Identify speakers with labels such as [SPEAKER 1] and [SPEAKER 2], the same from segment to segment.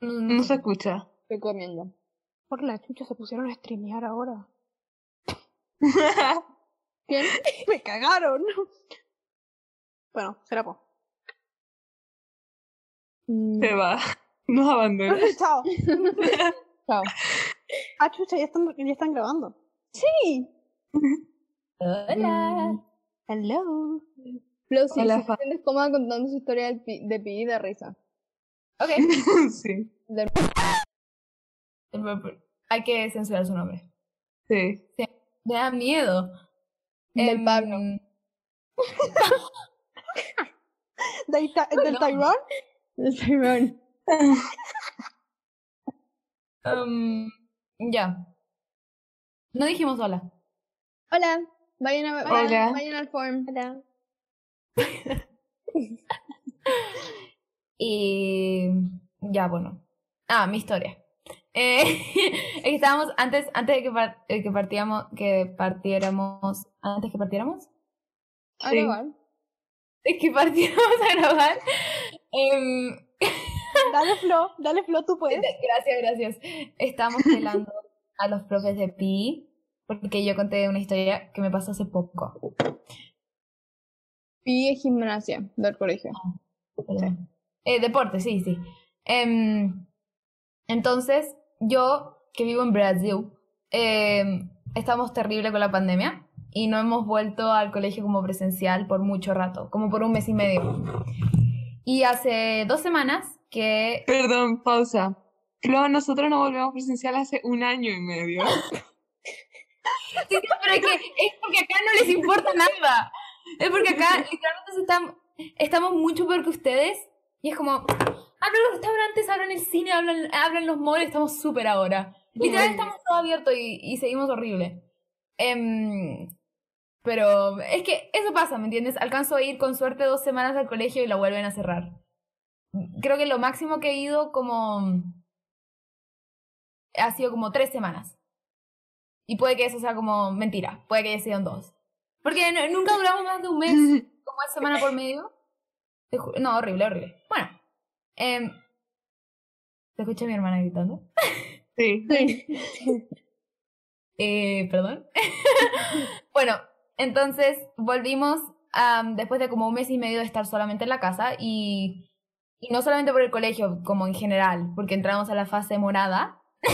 [SPEAKER 1] No
[SPEAKER 2] Mm.
[SPEAKER 1] se escucha.
[SPEAKER 3] Recomiendo.
[SPEAKER 2] Por la chucha se pusieron a streamear ahora.
[SPEAKER 3] ¿Quién?
[SPEAKER 2] ¡Me cagaron! Bueno, será po. Mm,
[SPEAKER 1] Se va. Nos abandona.
[SPEAKER 2] Chao.
[SPEAKER 3] Chao.
[SPEAKER 2] Ah, chucha, ya están, ya están grabando. ¡Sí!
[SPEAKER 4] Hola.
[SPEAKER 3] Mm,
[SPEAKER 2] Hello.
[SPEAKER 3] Flow si
[SPEAKER 1] Hola,
[SPEAKER 3] se
[SPEAKER 1] fa-
[SPEAKER 3] siente cómoda contando su historia del pi- de pi y de risa.
[SPEAKER 4] Ok.
[SPEAKER 1] sí,
[SPEAKER 4] Em, Hay que censurar su nombre.
[SPEAKER 1] sí.
[SPEAKER 4] Me da miedo.
[SPEAKER 3] Del
[SPEAKER 4] Em,
[SPEAKER 3] Pablo.
[SPEAKER 2] ¿Del, ta- del
[SPEAKER 4] No.
[SPEAKER 2] Tyrone?
[SPEAKER 3] De Tyrone.
[SPEAKER 4] em, ya. No dijimos hola.
[SPEAKER 3] Hola. Vayan, a,
[SPEAKER 1] Hola.
[SPEAKER 3] Vayan, vayan al form. Hola.
[SPEAKER 4] Y ya, bueno. Ah, mi historia. Eh, es que estábamos antes, antes de que, par- eh, que partíamos, que partiéramos, antes que partiéramos,
[SPEAKER 3] A
[SPEAKER 1] Sí.
[SPEAKER 3] grabar.
[SPEAKER 4] es que partiéramos a grabar. em,
[SPEAKER 2] Dale, Flo. Dale, Flo, tú puedes.
[SPEAKER 4] Gracias, gracias. Estamos pelando a los profes de PI porque yo conté una historia que me pasó hace poco.
[SPEAKER 3] Pi es gimnasia del colegio.
[SPEAKER 4] Perdón. Eh, deporte, sí, sí. Em, entonces, yo que vivo en Brasil, em, estamos terrible con la pandemia y no hemos vuelto al colegio como presencial por mucho rato, como por un mes y medio. Y hace dos semanas que
[SPEAKER 1] Perdón, pausa. Flo, nosotros no volvemos presencial hace un año y medio.
[SPEAKER 4] Sí, sí, pero es que es porque acá no les importa nada. Es porque acá literalmente se están- estamos mucho peor que ustedes. Y es como, abran los restaurantes, abran el cine, abran, abran los malls, estamos súper ahora. Literal estamos todo abierto y, y seguimos horrible. Em, pero es que eso pasa, ¿me entiendes? Alcanzo a ir con suerte dos semanas al colegio y la vuelven a cerrar. Creo que lo máximo que he ido como... Ha sido como tres semanas. Y puede que eso sea como mentira, puede que haya sido en dos. Porque no- nunca duramos más de un mes, como es semana por medio. Te ju- No, horrible, horrible. Bueno. em, ¿Se escucha mi hermana gritando?
[SPEAKER 1] Sí.
[SPEAKER 4] Eh, perdón. bueno, entonces volvimos am, después de como un mes y medio de estar solamente en la casa y, y no solamente por el colegio, como en general, porque entramos a la fase morada,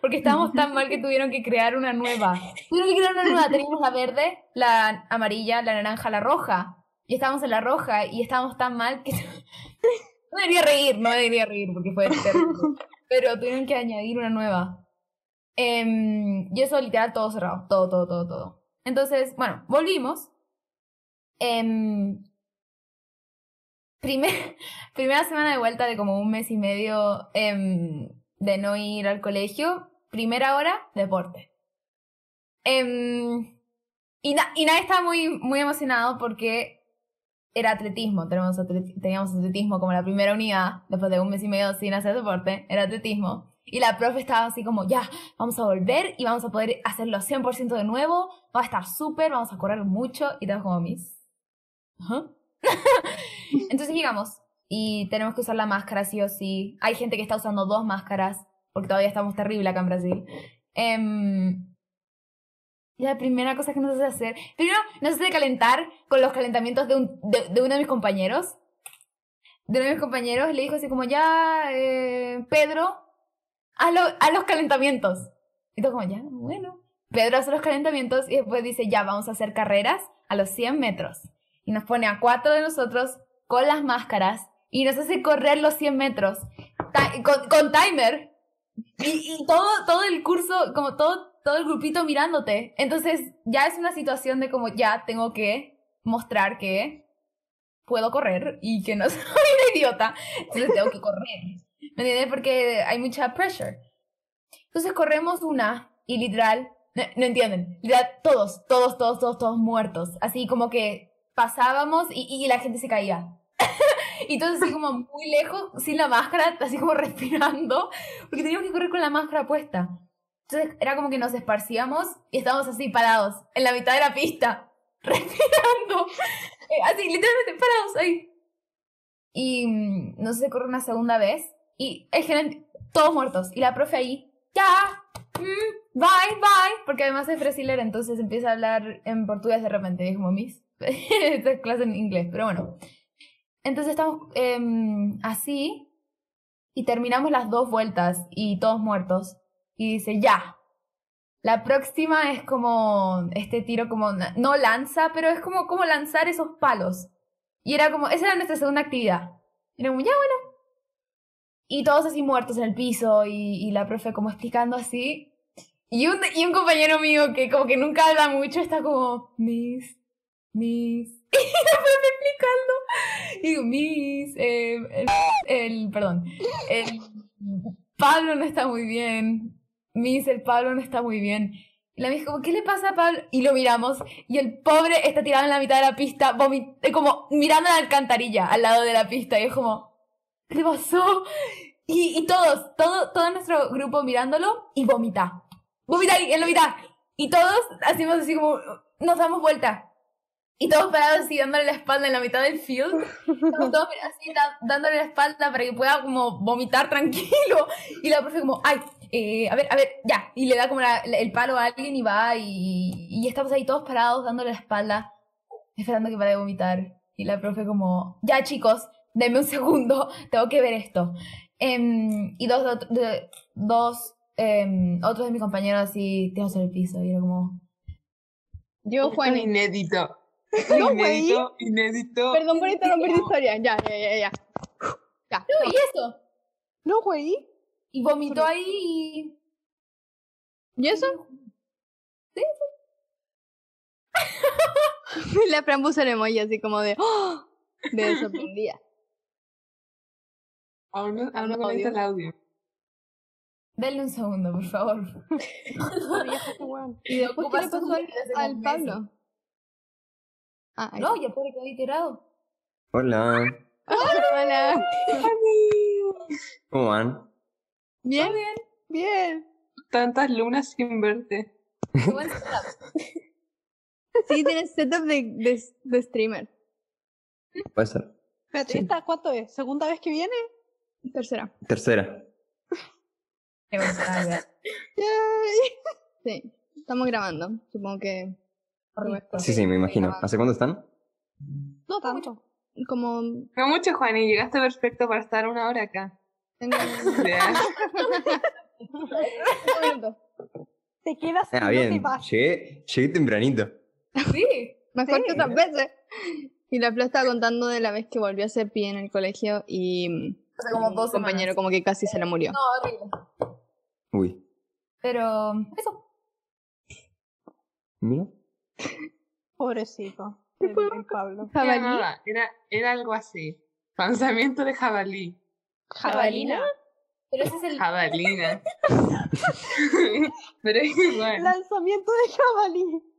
[SPEAKER 4] porque estábamos tan mal que tuvieron que crear una nueva. Tuvieron que crear una nueva, teníamos la verde, la amarilla, la naranja, la roja. Y estábamos en la roja y estábamos tan mal que... no debería reír, no debería reír porque fue terrible. Pero tuvieron que añadir una nueva. Em, y eso literal todo cerrado, todo, todo, todo, todo. Entonces, bueno, volvimos. Em, primer- primera semana de vuelta de como un mes y medio em, de no ir al colegio. Primera hora, deporte. Em, y, na- y nadie estaba muy, muy emocionado porque era atletismo. Tenemos atleti- teníamos atletismo como la primera unidad, después de un mes y medio sin hacer deporte, era atletismo. Y la profe estaba así como, ya, vamos a volver y vamos a poder hacerlo 100% de nuevo, va a estar súper, vamos a correr mucho y todos como mis. Ajá. Entonces llegamos y tenemos que usar la máscara sí o sí. Hay gente que está usando dos máscaras porque todavía estamos terrible acá en Brasil. Em, la primera cosa que nos hace hacer, primero nos hace calentar con los calentamientos de, un- de- de uno de mis compañeros. De uno de mis compañeros le dijo así como, ya, eh, Pedro, a, lo- a los calentamientos. Y todo como, ya, bueno. Pedro hace los calentamientos y después dice, ya, vamos a hacer carreras a los 100 metros. Y nos pone a cuatro de nosotros con las máscaras y nos hace correr los 100 metros ti- con, con timer. Y, y todo, todo el curso, como todo, todo el grupito mirándote. Entonces ya es una situación de como, ya, tengo que mostrar que puedo correr y que no soy una idiota. Entonces tengo que correr. ¿Me entiendes? Porque hay mucha pressure. Entonces corremos una y literal, no, no entienden, literal, todos, todos, todos, todos, todos muertos. Así como que pasábamos y, y la gente se caía. y todos así como muy lejos, sin la máscara, así como respirando, porque teníamos que correr con la máscara puesta. Entonces era como que nos esparcíamos y estábamos así parados, en la mitad de la pista, respirando. Eh, así, literalmente parados ahí. Y mm, no sé, se corre una segunda vez Y el gerente, todos muertos. Y la profe ahí, ya, mm, bye, bye. Porque además es brasilera, entonces empieza a hablar en portugués de repente. Y es como, mis, esta es clase en inglés, pero bueno. Entonces estamos em, así y terminamos las dos vueltas y todos muertos. Y dice, ya. La próxima es como este tiro como, na- no lanza, pero es como, como lanzar esos palos. Y era como, esa era nuestra segunda actividad. Y era como, ya bueno. Y todos así muertos en el piso y, y la profe como explicando así. Y un, y un compañero mío que como que nunca habla mucho está como, Miss, Miss. Y la profe explicando. Y digo, Miss, eh, el, el- perdón, el Pablo no está muy bien. Miss, el Pablo no está muy bien. Y la miss como, ¿qué le pasa a Pablo? Y lo miramos. Y el pobre está tirado en la mitad de la pista, vomi- eh, como mirando a la alcantarilla al lado de la pista. Y es como, ¿qué le pasó? Y, y todos, todo, todo nuestro grupo mirándolo y vomita. Vomita ahí, en la mitad. Y todos hacemos así como, nos damos vuelta. Y todos parados así dándole la espalda en la mitad del field. Estamos todos así da- dándole la espalda para que pueda como vomitar tranquilo. Y la profe como, ay, eh, a ver, a ver, ya. Y le da como la- la- el palo a alguien y va y, y estamos ahí todos parados dándole la espalda, esperando que pare de vomitar. Y la profe como, ya chicos, denme un segundo, tengo que ver esto. Em, y dos, de otro- de- dos em, otros de mis compañeros así tirados en el piso. Y era como,
[SPEAKER 3] Yo,
[SPEAKER 1] Esto es
[SPEAKER 3] Juani.
[SPEAKER 1] inédito.
[SPEAKER 2] No, güey.
[SPEAKER 1] inédito, inédito.
[SPEAKER 3] Perdón por interrumpir tu historia. Ya, ya, ya, ya. Ya.
[SPEAKER 4] no, ¿y eso?
[SPEAKER 2] No, güey.
[SPEAKER 4] Y vomitó ahí y...
[SPEAKER 3] ¿Y eso?
[SPEAKER 4] Sí,
[SPEAKER 3] La Fran puso el emoji así como de... ¡Oh! De sorprendida.
[SPEAKER 1] Aún no, aún no
[SPEAKER 3] Audio.
[SPEAKER 1] conecta el audio.
[SPEAKER 4] Denle un segundo, por favor. y de
[SPEAKER 3] ¿Por qué le
[SPEAKER 4] ocupas
[SPEAKER 3] pasó
[SPEAKER 4] sus
[SPEAKER 3] al,
[SPEAKER 4] vidas en
[SPEAKER 3] al
[SPEAKER 4] un mes.
[SPEAKER 3] Pablo? Ah, ahí
[SPEAKER 4] No, ya pobre quedó iterado.
[SPEAKER 5] Hola,
[SPEAKER 3] está. Hola.
[SPEAKER 5] ¿cómo van?
[SPEAKER 3] ¿Bien?
[SPEAKER 2] Bien.
[SPEAKER 1] Tantas lunas sin verte.
[SPEAKER 4] Qué buen setup.
[SPEAKER 3] Sí, tienes setup de, de, de streamer.
[SPEAKER 5] Puede ser.
[SPEAKER 2] Espérate,
[SPEAKER 5] Sí.
[SPEAKER 2] ¿esta cuánto es? ¿Segunda vez que viene?
[SPEAKER 3] Tercera.
[SPEAKER 5] Tercera.
[SPEAKER 4] Qué buen setup.
[SPEAKER 2] Yay.
[SPEAKER 3] Sí. Estamos grabando. Supongo que
[SPEAKER 4] Correcto.
[SPEAKER 5] Sí, sí, me imagino. ¿Hace cuánto están?
[SPEAKER 2] No tanto.
[SPEAKER 3] como
[SPEAKER 1] No mucho, Juan, y llegaste perfecto para estar una hora acá.
[SPEAKER 3] tengo
[SPEAKER 1] O sea,
[SPEAKER 3] cinco minutos.
[SPEAKER 2] Te quedas
[SPEAKER 5] Ah,
[SPEAKER 2] y no te
[SPEAKER 5] bien.
[SPEAKER 2] vas.
[SPEAKER 5] Llegué, llegué tempranito.
[SPEAKER 4] Sí.
[SPEAKER 3] Mejor que
[SPEAKER 2] Sí.
[SPEAKER 3] otras veces. Y la Fla estaba contando de la vez que volvió a hacer pie en el colegio y mm,
[SPEAKER 4] O sea, como
[SPEAKER 3] un
[SPEAKER 4] dos
[SPEAKER 3] compañero
[SPEAKER 4] compañeros.
[SPEAKER 3] como que casi se le murió.
[SPEAKER 4] No, horrible.
[SPEAKER 5] Uy,
[SPEAKER 4] Pero eso.
[SPEAKER 5] mira.
[SPEAKER 2] Pobrecito. El, el Pablo.
[SPEAKER 1] era,
[SPEAKER 3] Jabalí.
[SPEAKER 1] nada, era, era algo así. Lanzamiento de jabalí.
[SPEAKER 4] ¿Jabalina? Pero ese es el...
[SPEAKER 1] Jabalina. Pero es igual.
[SPEAKER 2] Lanzamiento de jabalí.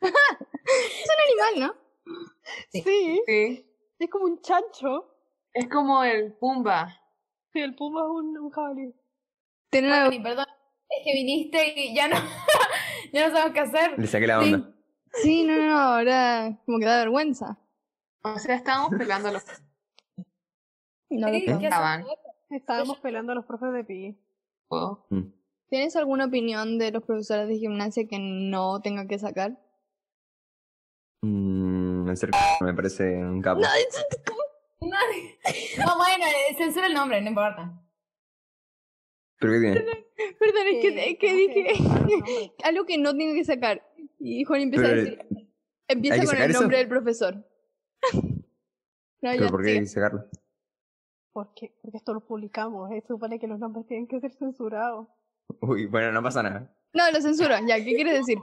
[SPEAKER 3] Es un animal, ¿no?
[SPEAKER 4] Sí.
[SPEAKER 2] Sí.
[SPEAKER 1] Sí.
[SPEAKER 2] Es como un chancho.
[SPEAKER 1] Es como el Pumba.
[SPEAKER 2] Sí, el puma es un, un jabalí.
[SPEAKER 3] Tiene la-
[SPEAKER 4] Ani, Perdón, es que viniste y ya no... ya no sabemos qué hacer.
[SPEAKER 5] Le saqué la onda.
[SPEAKER 3] Sí, no, no, ahora como que da vergüenza.
[SPEAKER 1] O sea, estábamos pelando a los
[SPEAKER 3] No,
[SPEAKER 4] Sí,
[SPEAKER 3] no.
[SPEAKER 4] ¿qué
[SPEAKER 1] Estaban.
[SPEAKER 4] hacemos?
[SPEAKER 2] Estábamos pelando a los profes de pi.
[SPEAKER 1] pocos.
[SPEAKER 5] Mm.
[SPEAKER 3] ¿Tienes alguna opinión de los profesores de gimnasia que no tenga que sacar?
[SPEAKER 5] Mm, el ser me parece un capo.
[SPEAKER 4] Nadie- No, bueno, eh, censura el nombre, no importa.
[SPEAKER 5] ¿Pero qué tiene?
[SPEAKER 3] Perdón, es que, es que dije
[SPEAKER 2] dije.
[SPEAKER 3] algo que no tenga que sacar. Y Juan empieza a
[SPEAKER 5] Pero,
[SPEAKER 3] decir, empieza
[SPEAKER 5] que
[SPEAKER 3] con el
[SPEAKER 5] sacar eso?
[SPEAKER 3] nombre del profesor. No,
[SPEAKER 5] ¿pero
[SPEAKER 3] ya,
[SPEAKER 5] ¿por qué
[SPEAKER 3] sigue.
[SPEAKER 5] hay que sacarlo?
[SPEAKER 2] Porque, porque esto lo publicamos. eh, Se supone que los nombres tienen que ser censurados.
[SPEAKER 5] Uy, bueno, no pasa nada.
[SPEAKER 3] No, lo censuro, ya, ¿qué quieres decir?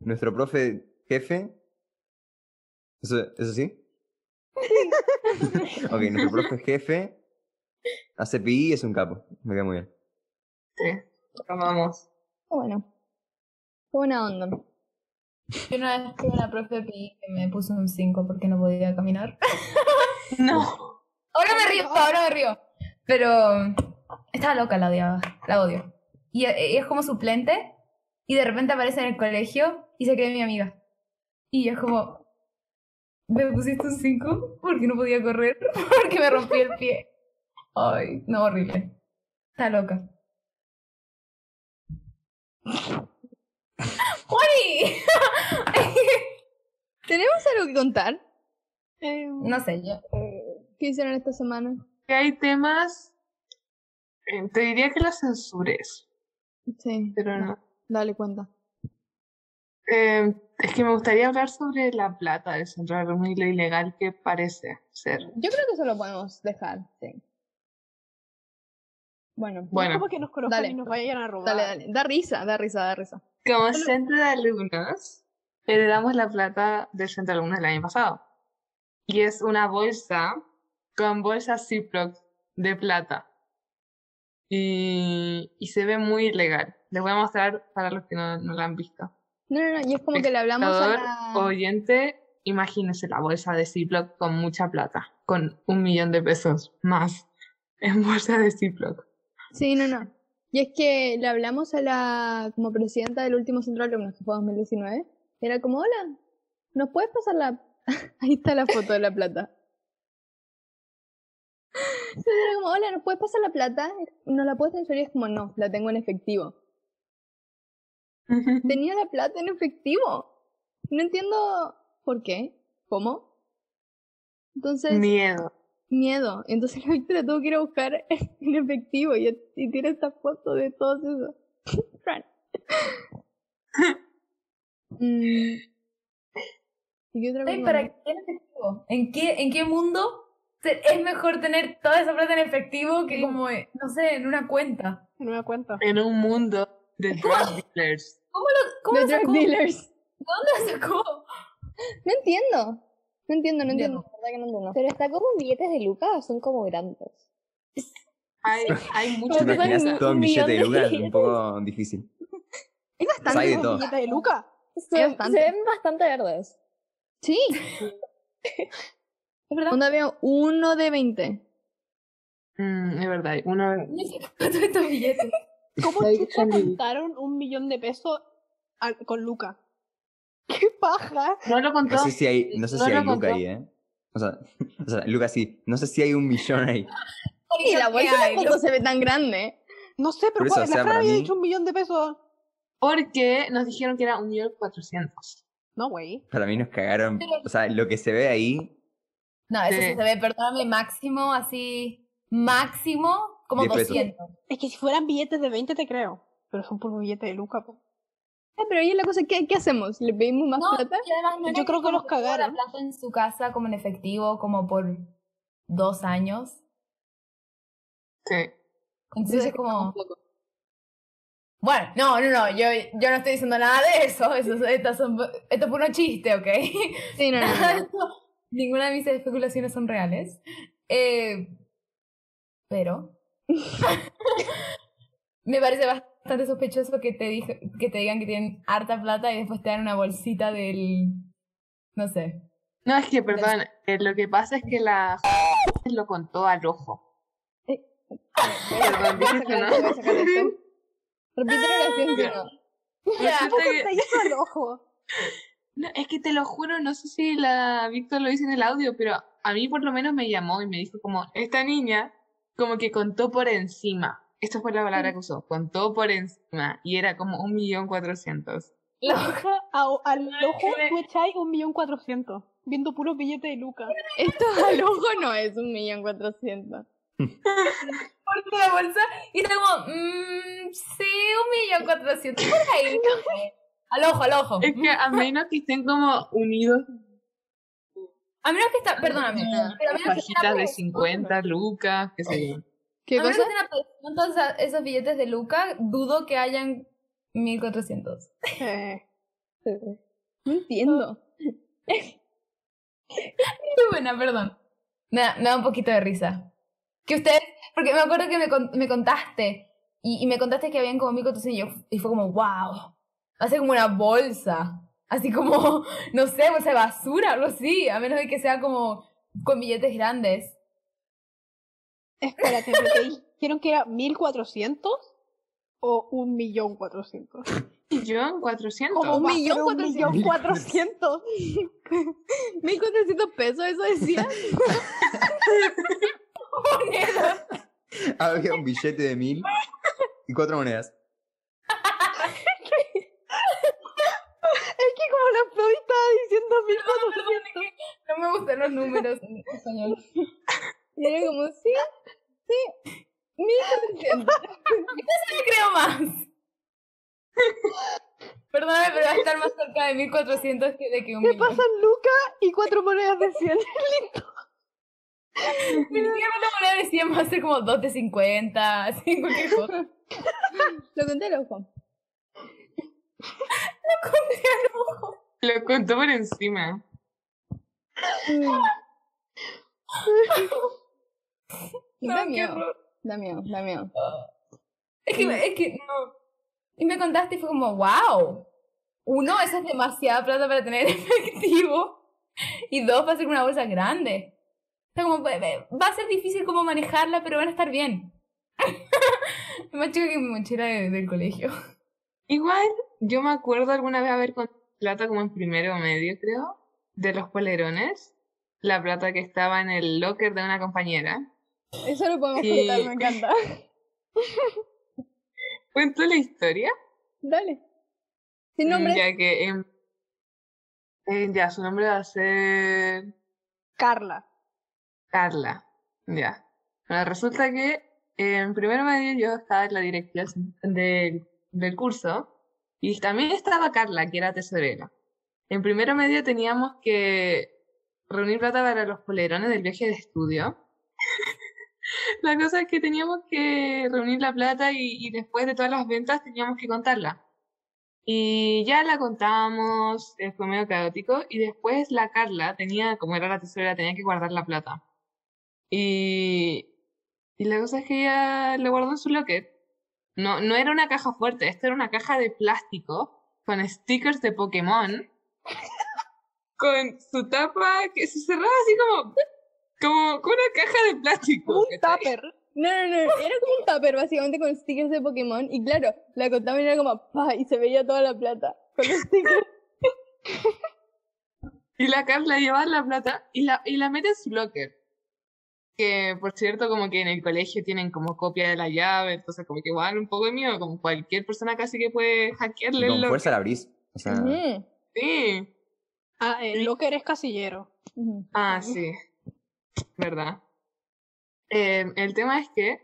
[SPEAKER 5] Nuestro profe jefe. ¿Eso, eso sí? ok, nuestro profe jefe hace pi y es un capo. Me queda muy bien.
[SPEAKER 1] Vamos.
[SPEAKER 3] Bueno. Qué buena onda.
[SPEAKER 4] Yo una vez tuve una profe Pi que me puso un 5 porque no podía caminar.
[SPEAKER 1] No.
[SPEAKER 4] Ahora me río, ahora me río. Pero estaba loca, la odiaba, la odio. Y, y es como suplente y de repente aparece en el colegio y se cree mi amiga. Y yo es como, me pusiste un 5 porque no podía correr, porque me rompí el pie. Ay, no, horrible. Está loca. ¡Juani!
[SPEAKER 3] ¿Tenemos algo que contar? Em,
[SPEAKER 2] Eh,
[SPEAKER 4] No sé, yo.
[SPEAKER 3] ¿Qué hicieron esta semana?
[SPEAKER 1] Que hay temas. eh, Te diría que las censures,
[SPEAKER 3] Sí,
[SPEAKER 1] pero no.
[SPEAKER 3] dale cuenta.
[SPEAKER 1] Eh, es que me gustaría hablar sobre la plata del centro de reunión y lo ilegal que parece ser.
[SPEAKER 3] Yo creo que eso lo podemos dejar, sí. Bueno,
[SPEAKER 2] no es
[SPEAKER 1] Bueno,
[SPEAKER 2] como que nos conozcan
[SPEAKER 3] Dale.
[SPEAKER 2] y nos vayan a robar.
[SPEAKER 3] dale, dale. Da risa, da risa, da risa.
[SPEAKER 1] como centro de alumnos, heredamos la plata del centro de alumnos del año pasado. Y es una bolsa con bolsa Ziploc de plata. Y, y se ve muy ilegal. Les voy a mostrar para los que no, no la han visto.
[SPEAKER 3] No, no, no, y es como que le hablamos a
[SPEAKER 1] Espectador,
[SPEAKER 3] la...
[SPEAKER 1] Oyente, imagínense la bolsa de Ziploc con mucha plata, con un millón de pesos más en bolsa de Ziploc.
[SPEAKER 3] Sí, no, no. Y es que le hablamos a la como presidenta del último centro de alumnos, que fue 2019. Era como, hola, ¿nos puedes pasar la... Ahí está la foto de la plata. Entonces Era como, hola, ¿nos puedes pasar la plata? ¿Nos la puedes transferir? Es como, no, la tengo en efectivo. Tenía la plata en efectivo. No entiendo por qué, cómo. Entonces,
[SPEAKER 1] Miedo.
[SPEAKER 3] miedo. Entonces la Victoria tuvo que ir a buscar en efectivo y, y tiene esta foto de todos esos. Raro. Mm. ¿Y qué otra
[SPEAKER 4] Ay,
[SPEAKER 3] cosa?
[SPEAKER 4] ¿para qué en efectivo? ¿En qué, ¿En qué mundo se- es mejor tener toda esa plata en efectivo que como, eh, no sé, en una cuenta?
[SPEAKER 2] No me da cuenta.
[SPEAKER 1] en un mundo de drug dealers.
[SPEAKER 4] ¿Cómo
[SPEAKER 3] The
[SPEAKER 4] lo
[SPEAKER 3] drug
[SPEAKER 4] sacó?
[SPEAKER 3] dealers.
[SPEAKER 4] ¿Dónde lo sacó?
[SPEAKER 3] No entiendo. No entiendo, no
[SPEAKER 4] Yo
[SPEAKER 3] entiendo.
[SPEAKER 4] no.
[SPEAKER 3] La verdad que no entiendo.
[SPEAKER 6] Pero está como billetes de lucas, son como grandes.
[SPEAKER 1] Hay, hay mucho
[SPEAKER 5] ¿Te
[SPEAKER 6] Pero te
[SPEAKER 5] imaginas
[SPEAKER 6] dan
[SPEAKER 5] todo
[SPEAKER 6] un
[SPEAKER 5] en billete de
[SPEAKER 6] millón de
[SPEAKER 5] lugar? Un poco difícil.
[SPEAKER 3] Es
[SPEAKER 5] Pues hay
[SPEAKER 3] bastante.
[SPEAKER 5] de todo.
[SPEAKER 2] ¿Billetes de Luca?
[SPEAKER 6] Se,
[SPEAKER 3] bastante.
[SPEAKER 6] se ven bastante verdes.
[SPEAKER 3] Sí.
[SPEAKER 4] ¿Es verdad?
[SPEAKER 3] Onda había uno de 20.
[SPEAKER 1] Mm, es verdad, hay uno
[SPEAKER 4] ¿Dónde sacó todos estos billetes?
[SPEAKER 2] ¿Cómo
[SPEAKER 1] La
[SPEAKER 2] chucha
[SPEAKER 1] Dixon Lee.
[SPEAKER 2] contaron un millón de pesos a- con Luca? ¡Qué paja!
[SPEAKER 1] no lo contó.
[SPEAKER 5] No sé si hay, no sé
[SPEAKER 1] No
[SPEAKER 5] si
[SPEAKER 1] lo
[SPEAKER 5] hay Luca
[SPEAKER 1] contó.
[SPEAKER 5] ahí, ¿eh? O sea, o sea, Luca sí. No sé si hay un millón ahí.
[SPEAKER 3] Y la bolsa
[SPEAKER 4] ¿Qué hay?
[SPEAKER 3] tampoco se ve tan grande.
[SPEAKER 2] No sé, pero
[SPEAKER 5] Por eso,
[SPEAKER 2] ¿cuál-
[SPEAKER 5] o
[SPEAKER 2] la
[SPEAKER 5] sea,
[SPEAKER 2] Fran
[SPEAKER 5] para
[SPEAKER 2] había
[SPEAKER 5] mí-
[SPEAKER 2] dicho un millón de pesos.
[SPEAKER 1] Porque nos dijeron que era un millón cuatrocientos.
[SPEAKER 2] No, güey.
[SPEAKER 5] Para mí nos cagaron. O sea, lo que se ve ahí.
[SPEAKER 4] No, eso
[SPEAKER 1] Sí.
[SPEAKER 4] sí se ve, perdóname, máximo, así, máximo, como
[SPEAKER 5] Diez pesos.
[SPEAKER 4] 200.
[SPEAKER 2] Es que si fueran billetes de 20 te creo. Pero son por billetes de Luca, po.
[SPEAKER 3] Ah, pero ahí es la cosa, ¿qué, qué hacemos? ¿Le pedimos más
[SPEAKER 4] No,
[SPEAKER 3] plata?
[SPEAKER 4] y además no
[SPEAKER 2] Yo
[SPEAKER 4] era
[SPEAKER 2] creo que
[SPEAKER 4] como
[SPEAKER 2] los
[SPEAKER 4] tuvo la
[SPEAKER 2] cagaron.
[SPEAKER 4] plata en su casa como en efectivo, como por dos años.
[SPEAKER 1] Sí.
[SPEAKER 4] Entonces es
[SPEAKER 3] Entonces,
[SPEAKER 4] como... Bueno, no, no, no, yo, yo no estoy diciendo nada de eso. eso estas son, esto es puro chiste, ¿ok?
[SPEAKER 3] Sí, no, no, no.
[SPEAKER 4] Ninguna de mis especulaciones son reales. Eh, pero. me parece bastante sospechoso que te, dije- que te digan que tienen harta plata y después te dan una bolsita del. No sé.
[SPEAKER 1] No, es que, perdón, eh, lo que pasa es que la lo contó al ojo. Perdón, dije que no.
[SPEAKER 3] Repite la oración que no.
[SPEAKER 1] Resulta que-
[SPEAKER 2] Te hizo el ojo.
[SPEAKER 1] no, es que te lo juro, no sé si la Víctor lo dice en el audio, pero a mí por lo menos me llamó y me dijo como, esta niña como que contó por encima. Esta fue la palabra que usó, contó por encima. Y era como un millón cuatrocientos.
[SPEAKER 2] La vieja a- al ojo
[SPEAKER 4] que me-
[SPEAKER 2] tú echáis un millón cuatrocientos. Viendo puros billetes de Luca.
[SPEAKER 3] Esto al ojo no es un millón cuatrocientos.
[SPEAKER 4] Por la bolsa. Y está como. mm, sí, un millón cuatrocientos. Por ahí. Al ojo, al ojo.
[SPEAKER 3] Eh,
[SPEAKER 1] Es que a menos que estén como unidos
[SPEAKER 4] A menos que
[SPEAKER 3] ah,
[SPEAKER 4] está. Perdóname. Pero a menos que estén
[SPEAKER 1] fajitas de
[SPEAKER 4] apretados.
[SPEAKER 1] 50 lucas, qué sé yo.
[SPEAKER 3] ¿Qué
[SPEAKER 4] A menos
[SPEAKER 3] cosa?
[SPEAKER 4] que estén aprovechando todos esa- esos billetes de Luca, dudo que hayan 1400.
[SPEAKER 2] Eh,
[SPEAKER 3] No entiendo.
[SPEAKER 4] Qué buena, perdón. Me da, me da un poquito de risa. Que ustedes, porque me acuerdo que me, con- me contaste, y, y me contaste que habían como 1400 y yo, y fue como, wow, hace como una bolsa, así como, no sé, bolsa de basura, algo así, a menos de que sea como con billetes grandes.
[SPEAKER 2] espérate, ¿me te dijeron que era mil cuatrocientos? o un millón cuatrocientos.
[SPEAKER 1] ¿Y yo en 400?
[SPEAKER 2] ¿Cómo
[SPEAKER 3] Un
[SPEAKER 2] va a
[SPEAKER 3] millón
[SPEAKER 2] ser un
[SPEAKER 3] cuatrocientos.
[SPEAKER 2] millón
[SPEAKER 3] cuatrocientos. Mil cuatrocientos pesos, eso decía.
[SPEAKER 4] Moneda.
[SPEAKER 5] Había ah, un billete de mil y cuatro monedas.
[SPEAKER 2] Es que como la Prodi estaba diciendo mil
[SPEAKER 4] Perdón, es que No me gustan los números en español.
[SPEAKER 3] Y era como, sí, sí, mil cuatrocientos.
[SPEAKER 4] Te creo más. Perdóname, pero va a estar más cerca de 1400 que de que un
[SPEAKER 2] te
[SPEAKER 4] millón.
[SPEAKER 2] pasan Lucas y cuatro monedas de 100.
[SPEAKER 4] Ni siquiera una moneda de 100 va a ser como 2 de 50, así cualquier cosa.
[SPEAKER 3] Lo conté al ojo.
[SPEAKER 1] Lo contó por encima.
[SPEAKER 4] No,
[SPEAKER 3] da
[SPEAKER 4] qué
[SPEAKER 3] miedo,
[SPEAKER 4] horror.
[SPEAKER 3] da miedo, da miedo.
[SPEAKER 4] Es que, es que no. Y me contaste y fue como, wow. Uno, esa es demasiada plata para tener efectivo. Y dos, va a ser una bolsa grande. O sea, como, eh, va a ser difícil como manejarla, pero van a estar bien. Es más chica que mi mochila de- del colegio.
[SPEAKER 1] Igual, yo me acuerdo alguna vez haber con plata como en primero medio, creo, de los polerones. La plata que estaba en el locker de una compañera.
[SPEAKER 3] Eso lo podemos
[SPEAKER 1] Sí.
[SPEAKER 3] contar, me encanta.
[SPEAKER 1] Cuento la historia,
[SPEAKER 3] Dale. Sin nombre.
[SPEAKER 1] ya que em, eh, ya su nombre va a ser
[SPEAKER 2] Carla.
[SPEAKER 1] Carla, ya. Bueno, resulta que en primer medio yo estaba en la dirección del, del curso y también estaba Carla, que era tesorera. En primero medio teníamos que reunir plata para los polerones del viaje de estudio. la cosa es que teníamos que reunir la plata y, y después de todas las ventas teníamos que contarla. Y ya la contábamos, eh, fue medio caótico, y después la Carla tenía, como era la tesorera, tenía que guardar la plata. Y, y la cosa es que ella lo guardó en su locker. No, no era una caja fuerte, esto era una caja de plástico con stickers de Pokémon, con su tapa que se cerraba así como, como con una caja de plástico.
[SPEAKER 2] Un
[SPEAKER 1] ¿cachai?
[SPEAKER 2] tupper.
[SPEAKER 3] No, no, no. Era como un tupper, básicamente, con stickers de Pokémon. Y claro, la contaba y era como, pa, y se veía toda la plata. Con los stickers.
[SPEAKER 1] Y la Carla lleva la plata y la, y la mete en su locker. Que, por cierto, como que en el colegio tienen como copia de la llave, entonces como que igual un poco de miedo, como cualquier persona casi que puede
[SPEAKER 5] Y
[SPEAKER 1] hackearle el
[SPEAKER 5] con
[SPEAKER 1] locker.
[SPEAKER 5] fuerza la abrís. O sea,
[SPEAKER 3] Ujú,
[SPEAKER 1] Sí.
[SPEAKER 2] Ah, el locker es casillero.
[SPEAKER 3] ujú.
[SPEAKER 1] Ah, sí. ¿Verdad? Eh, el tema es que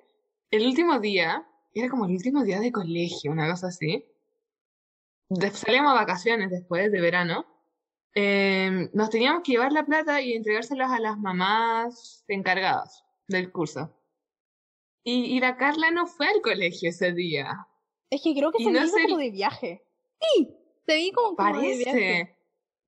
[SPEAKER 1] el último día, era como el último día de colegio, una cosa así. de- Salíamos a vacaciones después de verano. eh, nos teníamos que llevar la plata y entregárselas a las mamás encargadas del curso. Y, y la Carla no fue al colegio ese día.
[SPEAKER 2] Es que creo que
[SPEAKER 1] Y
[SPEAKER 2] se
[SPEAKER 1] no
[SPEAKER 2] me
[SPEAKER 1] es
[SPEAKER 2] hizo como
[SPEAKER 1] el-
[SPEAKER 2] de viaje.
[SPEAKER 3] Se vi como, como de viaje.
[SPEAKER 1] Parece.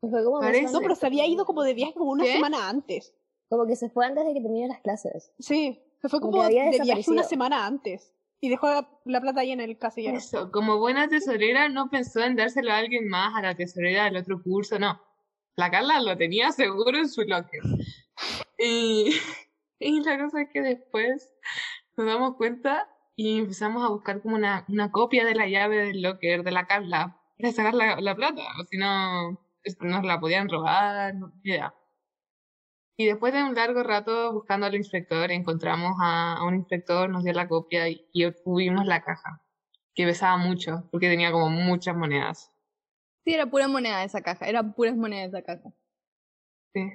[SPEAKER 6] Fue como, más
[SPEAKER 1] Parece-
[SPEAKER 6] antes,
[SPEAKER 2] No, pero se había ido como de viaje como una
[SPEAKER 3] ¿Qué?
[SPEAKER 2] semana antes.
[SPEAKER 6] como que se fue antes de que terminen las clases.
[SPEAKER 2] Sí, se fue
[SPEAKER 6] Como
[SPEAKER 2] como
[SPEAKER 6] que había
[SPEAKER 2] de viaje una
[SPEAKER 6] desaparecido.
[SPEAKER 2] semana antes. Y dejó la, la plata ahí en el casillero.
[SPEAKER 1] Eso, como buena tesorera no pensó en dárselo a alguien más, a la tesorera del otro curso, no. La Carla lo tenía seguro en su locker. Y, y la cosa es que después nos damos cuenta y empezamos a buscar como una, una copia de la llave del locker de la Carla para sacar la, la plata, o si no, es- nos la podían robar, no idea. Y después de un largo rato buscando al inspector, encontramos a, a un inspector, nos dio la copia y, y obtuvimos la caja que pesaba mucho, porque tenía como muchas monedas.
[SPEAKER 3] Sí, era pura moneda esa caja. Era puras monedas esa caja.
[SPEAKER 1] Sí.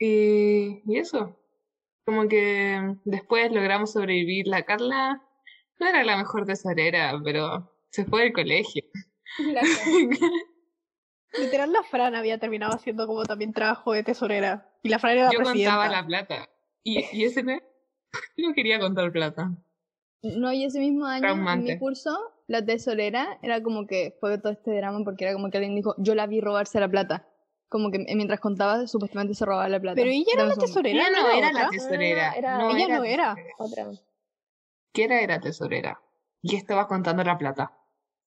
[SPEAKER 1] Y, y eso. Como que después logramos sobrevivir. La Carla no era la mejor tesorera, pero se fue del colegio.
[SPEAKER 2] Literal, la Fran había terminado haciendo como también trabajo de tesorera. Y la Fran era la
[SPEAKER 1] Yo
[SPEAKER 2] presidenta.
[SPEAKER 1] contaba la plata. Y, y ese mes no quería contar plata.
[SPEAKER 3] No, y ese mismo año en mi
[SPEAKER 1] Traumante.
[SPEAKER 3] curso, la tesorera era como que fue todo este drama porque era como que alguien dijo, yo la vi robarse la plata. Como que mientras contaba, supuestamente se robaba la plata.
[SPEAKER 2] Pero ella era la
[SPEAKER 3] Dame un segundo.
[SPEAKER 2] tesorera.
[SPEAKER 1] Ella no era
[SPEAKER 2] otra?
[SPEAKER 1] la tesorera.
[SPEAKER 6] No, era-
[SPEAKER 2] Ella no era.
[SPEAKER 1] tesorera.
[SPEAKER 6] Otra.
[SPEAKER 1] Kiera era tesorera. Y estaba contando la plata.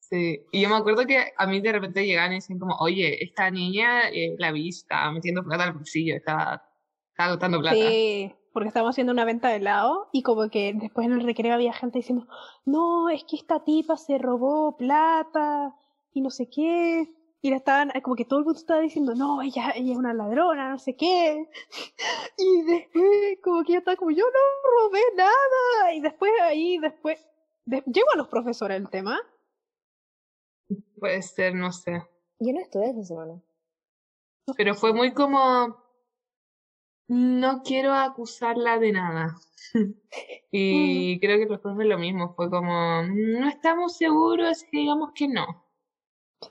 [SPEAKER 1] Sí. Y yo me acuerdo que a mí de repente llegaban y decían como, oye, esta niña eh, la vi, estaba metiendo plata al bolsillo, estaba, estaba contando plata.
[SPEAKER 2] Sí. porque estábamos haciendo una venta de helado y como que después en el recreo había gente diciendo, no, es que esta tipa se robó plata y no sé qué. Y la estaban, como que todo el mundo estaba diciendo, no, ella, ella es una ladrona, no sé qué. Y después, como que yo estaba como, yo no robé nada. Y después ahí, después, de- llego a los profesores el tema.
[SPEAKER 1] Puede ser, no sé.
[SPEAKER 6] Yo no estuve esta semana.
[SPEAKER 1] Pero fue muy como. No quiero acusarla de nada. y creo que los profes lo mismo. Fue como. No estamos seguros, así que digamos que no.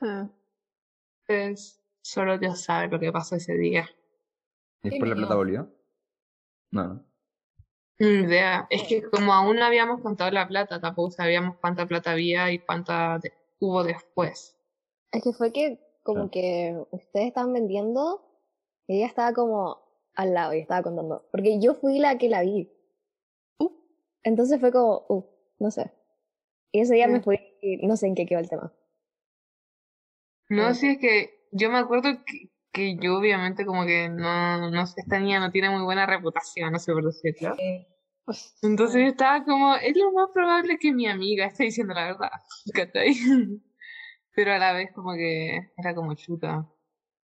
[SPEAKER 2] Ah,
[SPEAKER 1] Entonces, solo Dios sabe lo que pasó ese día.
[SPEAKER 5] ¿Y después la plata volvió? No, no.
[SPEAKER 1] Ni idea. Es que como aún no habíamos contado la plata, tampoco sabíamos cuánta plata había y cuánta de- hubo después.
[SPEAKER 6] Es que fue que como
[SPEAKER 1] Ah.
[SPEAKER 5] Claro.
[SPEAKER 6] que ustedes estaban vendiendo y ella estaba como al lado y estaba contando. Porque yo fui la que la vi. Entonces fue como, uh, no sé. Y ese día me
[SPEAKER 1] Mm.
[SPEAKER 6] fui y no sé en qué quedó el tema.
[SPEAKER 1] No,
[SPEAKER 6] Claro.
[SPEAKER 1] sí, es que yo me acuerdo que, que yo obviamente como que no, no sé, esta niña no tiene muy buena reputación, no sé por decirlo.
[SPEAKER 4] Eh,
[SPEAKER 2] pues,
[SPEAKER 1] Entonces yo estaba como, es lo más probable que mi amiga esté diciendo la verdad, ¿cachai? Pero a la vez como que era como chuta.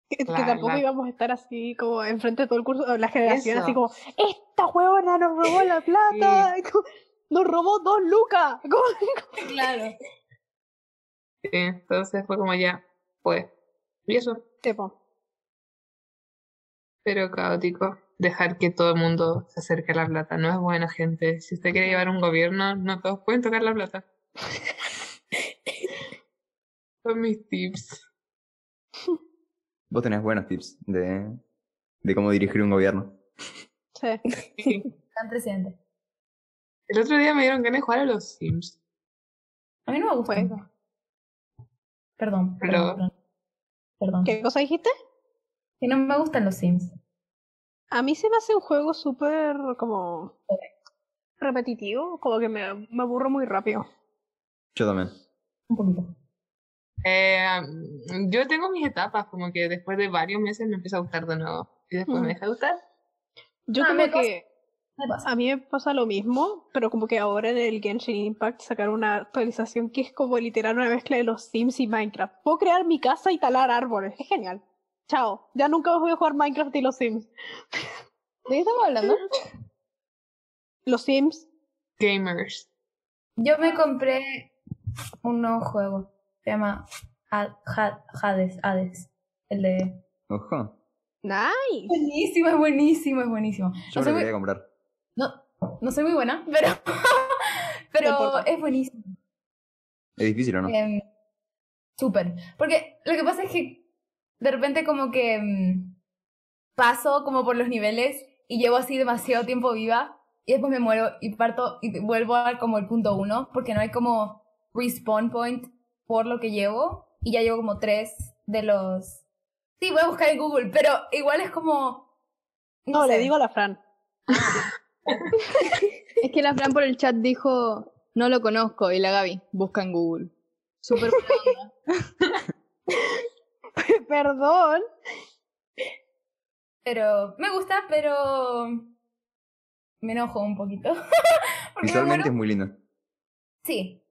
[SPEAKER 2] Que, que
[SPEAKER 1] Claro,
[SPEAKER 2] tampoco
[SPEAKER 1] claro.
[SPEAKER 2] íbamos a estar así como enfrente de todo el curso, o la generación, así
[SPEAKER 1] Eso.
[SPEAKER 2] como, esta huevona nos robó la plata, como, nos robó dos lucas. como-
[SPEAKER 4] claro.
[SPEAKER 1] Sí, Entonces fue como ya, pues, y eso,
[SPEAKER 2] Tipo,
[SPEAKER 1] pero caótico. Dejar que todo el mundo se acerque a la plata, no es buena gente. Si usted quiere llevar un gobierno, no todos pueden tocar la plata. Son mis tips.
[SPEAKER 5] Vos tenés buenos tips de, de cómo dirigir un gobierno.
[SPEAKER 2] sí.
[SPEAKER 1] Sí.
[SPEAKER 4] Tan presente.
[SPEAKER 1] El otro día me dieron ganas de jugar a los Sims.
[SPEAKER 4] A mí no me gusta.
[SPEAKER 2] Juego.
[SPEAKER 4] Perdón,
[SPEAKER 1] Pero-
[SPEAKER 4] perdón. Perdón. perdón.
[SPEAKER 2] ¿Qué cosa dijiste?
[SPEAKER 4] Que no me gustan los Sims.
[SPEAKER 2] A mí se me hace un juego súper como repetitivo, como que me, me aburro muy rápido.
[SPEAKER 5] Yo también.
[SPEAKER 4] Un poquito.
[SPEAKER 1] Eh, mm, yo tengo mis etapas, como que después de varios meses me empieza a gustar de nuevo. Y después me
[SPEAKER 2] Ujú.
[SPEAKER 1] deja de gustar.
[SPEAKER 2] Yo
[SPEAKER 4] Ah,
[SPEAKER 2] como
[SPEAKER 4] me pasa.
[SPEAKER 2] que
[SPEAKER 4] Me pasa.
[SPEAKER 2] a mí me pasa lo mismo, pero como que ahora en el Genshin Impact sacaron una actualización que es como literal una mezcla de los Sims y Minecraft. Puedo crear mi casa y talar árboles, es genial. Chao, ya nunca más voy a jugar Minecraft y los Sims.
[SPEAKER 3] ¿De qué estamos hablando?
[SPEAKER 2] Los Sims,
[SPEAKER 1] Gamers.
[SPEAKER 4] Yo me compré un nuevo juego. Se llama Ha- Ha- Hades. Hades. El de.
[SPEAKER 5] Ojo.
[SPEAKER 2] nice.
[SPEAKER 4] Buenísimo, es buenísimo, es buenísimo. No
[SPEAKER 5] Yo me
[SPEAKER 4] soy,
[SPEAKER 5] lo
[SPEAKER 4] muy,
[SPEAKER 5] quería comprar.
[SPEAKER 4] no, no soy muy buena, pero. pero
[SPEAKER 2] importa.
[SPEAKER 4] es buenísimo.
[SPEAKER 5] ¿Es difícil o
[SPEAKER 3] Eh,
[SPEAKER 5] no?
[SPEAKER 4] Em, Súper. Porque lo que pasa es que de repente como que em, paso como por los niveles y llevo así demasiado tiempo viva y después me muero y parto y vuelvo a como el punto uno porque no hay como respawn point por lo que llevo y ya llevo como tres de los... Sí, voy a buscar en Google, pero igual es como...
[SPEAKER 2] No, le
[SPEAKER 4] sé.
[SPEAKER 2] digo a la Fran.
[SPEAKER 3] Es que la Fran por el chat dijo, no lo conozco, y la Gaby, busca en Google. Súper buena onda.
[SPEAKER 2] Perdón.
[SPEAKER 4] Pero me gusta, pero... Me enojo un poquito. porque me muero
[SPEAKER 5] Visualmente es muy lindo.
[SPEAKER 4] Sí,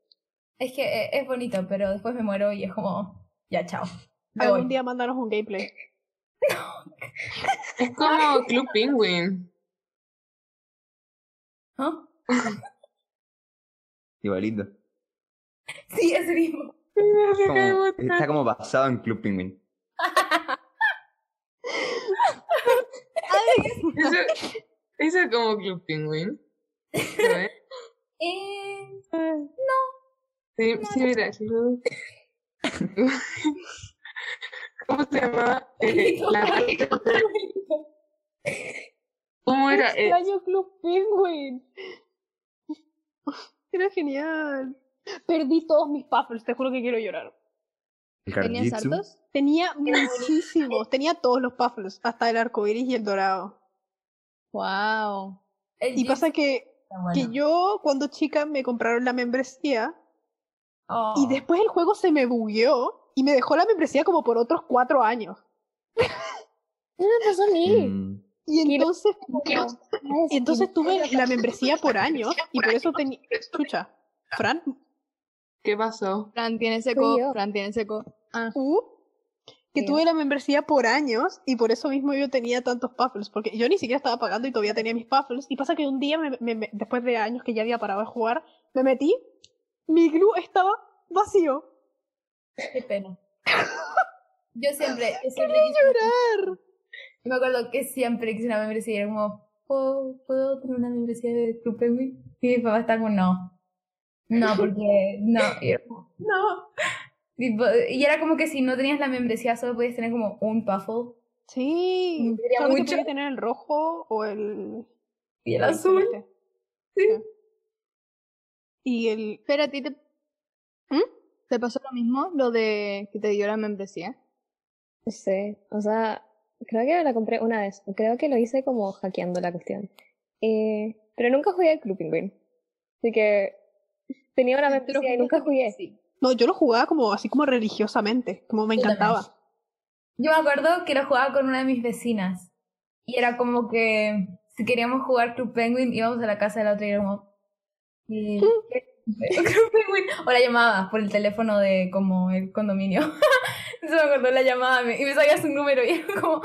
[SPEAKER 4] es que eh, es bonito, pero después me muero y es como, ya, chao. Me
[SPEAKER 2] Algún
[SPEAKER 4] voy.
[SPEAKER 2] día mandanos un gameplay.
[SPEAKER 1] Es como Club Penguin.
[SPEAKER 4] ¿Ah?
[SPEAKER 5] Igualito.
[SPEAKER 4] Sí, ese mismo.
[SPEAKER 1] Me deja de
[SPEAKER 5] Como-
[SPEAKER 1] gustar.
[SPEAKER 5] está como basado en Club Penguin.
[SPEAKER 1] Eso, eso es como Club Penguin. ¿Lo ves?
[SPEAKER 4] Eh,
[SPEAKER 1] Sí, sí, mira, Club. ¿Cómo se llama? Eh, la- ¿Cómo era? Eh,
[SPEAKER 2] Extraño Este Club Penguin. Era genial. Perdí todos mis puffles, te juro que quiero llorar.
[SPEAKER 5] El
[SPEAKER 3] ¿Tenías
[SPEAKER 5] Karjitsu.
[SPEAKER 3] hartos?
[SPEAKER 2] Tenía muchísimos, tenía todos los puffles, hasta el arco iris y el dorado.
[SPEAKER 3] Wow.
[SPEAKER 4] el
[SPEAKER 2] Y
[SPEAKER 4] jeep
[SPEAKER 2] pasa que,
[SPEAKER 4] está bueno.
[SPEAKER 2] que yo, cuando chica, me compraron la membresía
[SPEAKER 4] Oh.
[SPEAKER 2] y después el juego se me bugueó y me dejó la membresía como por otros cuatro años.
[SPEAKER 6] No me pasó a mí.
[SPEAKER 5] Mm,
[SPEAKER 2] Y entonces,
[SPEAKER 6] Quiero-
[SPEAKER 2] como- entonces tuve la membresía por año y por eso tenía. Escucha, Fran,
[SPEAKER 1] ¿Qué pasó?
[SPEAKER 3] Fran tiene
[SPEAKER 6] yo.
[SPEAKER 3] seco, Fran tiene seco. Ah,
[SPEAKER 2] U, que
[SPEAKER 6] Ya.
[SPEAKER 2] tuve la membresía por años y por eso mismo yo tenía tantos puffles, porque yo ni siquiera estaba pagando y todavía tenía mis puffles. Y pasa que un día, me- me- me- después de años que ya había parado de jugar, me metí, mi glue estaba vacío.
[SPEAKER 4] Qué pena. Yo siempre, yo siempre quise-
[SPEAKER 2] ¡Llorar!
[SPEAKER 4] yo me acuerdo que siempre quise una membresía y era como, ¿puedo, ¿puedo tener una membresía de Club Penguin? Y mi papá está como, no. No, porque no. Y era como, no. Tipo, Y era como que si no tenías la membresía solo podías tener como un puffle
[SPEAKER 2] Sí,
[SPEAKER 4] Quería
[SPEAKER 2] solo que
[SPEAKER 4] mucho.
[SPEAKER 2] podía tener el rojo o el,
[SPEAKER 4] y el
[SPEAKER 2] o el
[SPEAKER 4] azul.
[SPEAKER 2] celeste.
[SPEAKER 4] Sí.
[SPEAKER 2] Y el...
[SPEAKER 3] pero a ti te... ¿Mm? ¿Te pasó lo mismo? Lo de que te dio la membresía.
[SPEAKER 6] No sé, o sea, creo que la compré una vez. Creo que lo hice como hackeando la cuestión. Eh, pero nunca jugué al Club Penguin. Así que tenía una
[SPEAKER 3] Pero
[SPEAKER 6] membresía y nunca
[SPEAKER 3] jugaste
[SPEAKER 6] jugué.
[SPEAKER 3] Sí.
[SPEAKER 2] No, yo lo jugaba como así como religiosamente, como me
[SPEAKER 4] Yo también.
[SPEAKER 2] encantaba.
[SPEAKER 4] Yo me acuerdo que lo jugaba con una de mis vecinas. Y era como que si queríamos jugar Club Penguin, íbamos a la casa de la otra y era como. "Eh,
[SPEAKER 2] Mm.
[SPEAKER 4] Club Penguin. O la llamaba por el teléfono de como el condominio. Entonces me acuerdo, la llamaba me- y me sabía su número y era como.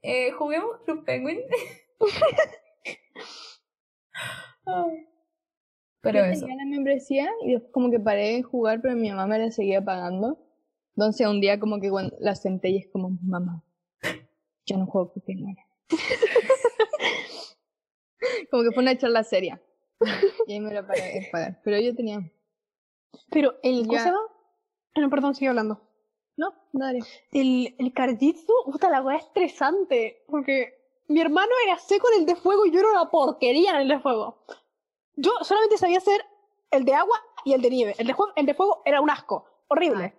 [SPEAKER 4] Eh, ¿Juguemos Club Penguin? Ay. Pero
[SPEAKER 3] yo
[SPEAKER 4] eso.
[SPEAKER 3] tenía la membresía y después como que paré de jugar, pero mi mamá me la seguía pagando. Entonces un día como que cuando la senté y es como, mamá, yo no juego porque no era". como que fue una charla seria. Y ahí me la paré de pagar. Pero yo tenía...
[SPEAKER 2] Pero el... ¿Cómo
[SPEAKER 3] Ya.
[SPEAKER 2] se llama? Ah, No, perdón, sigue hablando.
[SPEAKER 3] No, dale.
[SPEAKER 2] El, el karjitsu, puta, la weá estresante. Porque mi hermano era seco en el de fuego y yo era una porquería en el de fuego. Yo solamente sabía hacer el de agua y el de nieve. El de, jue- el de fuego era un asco. Horrible.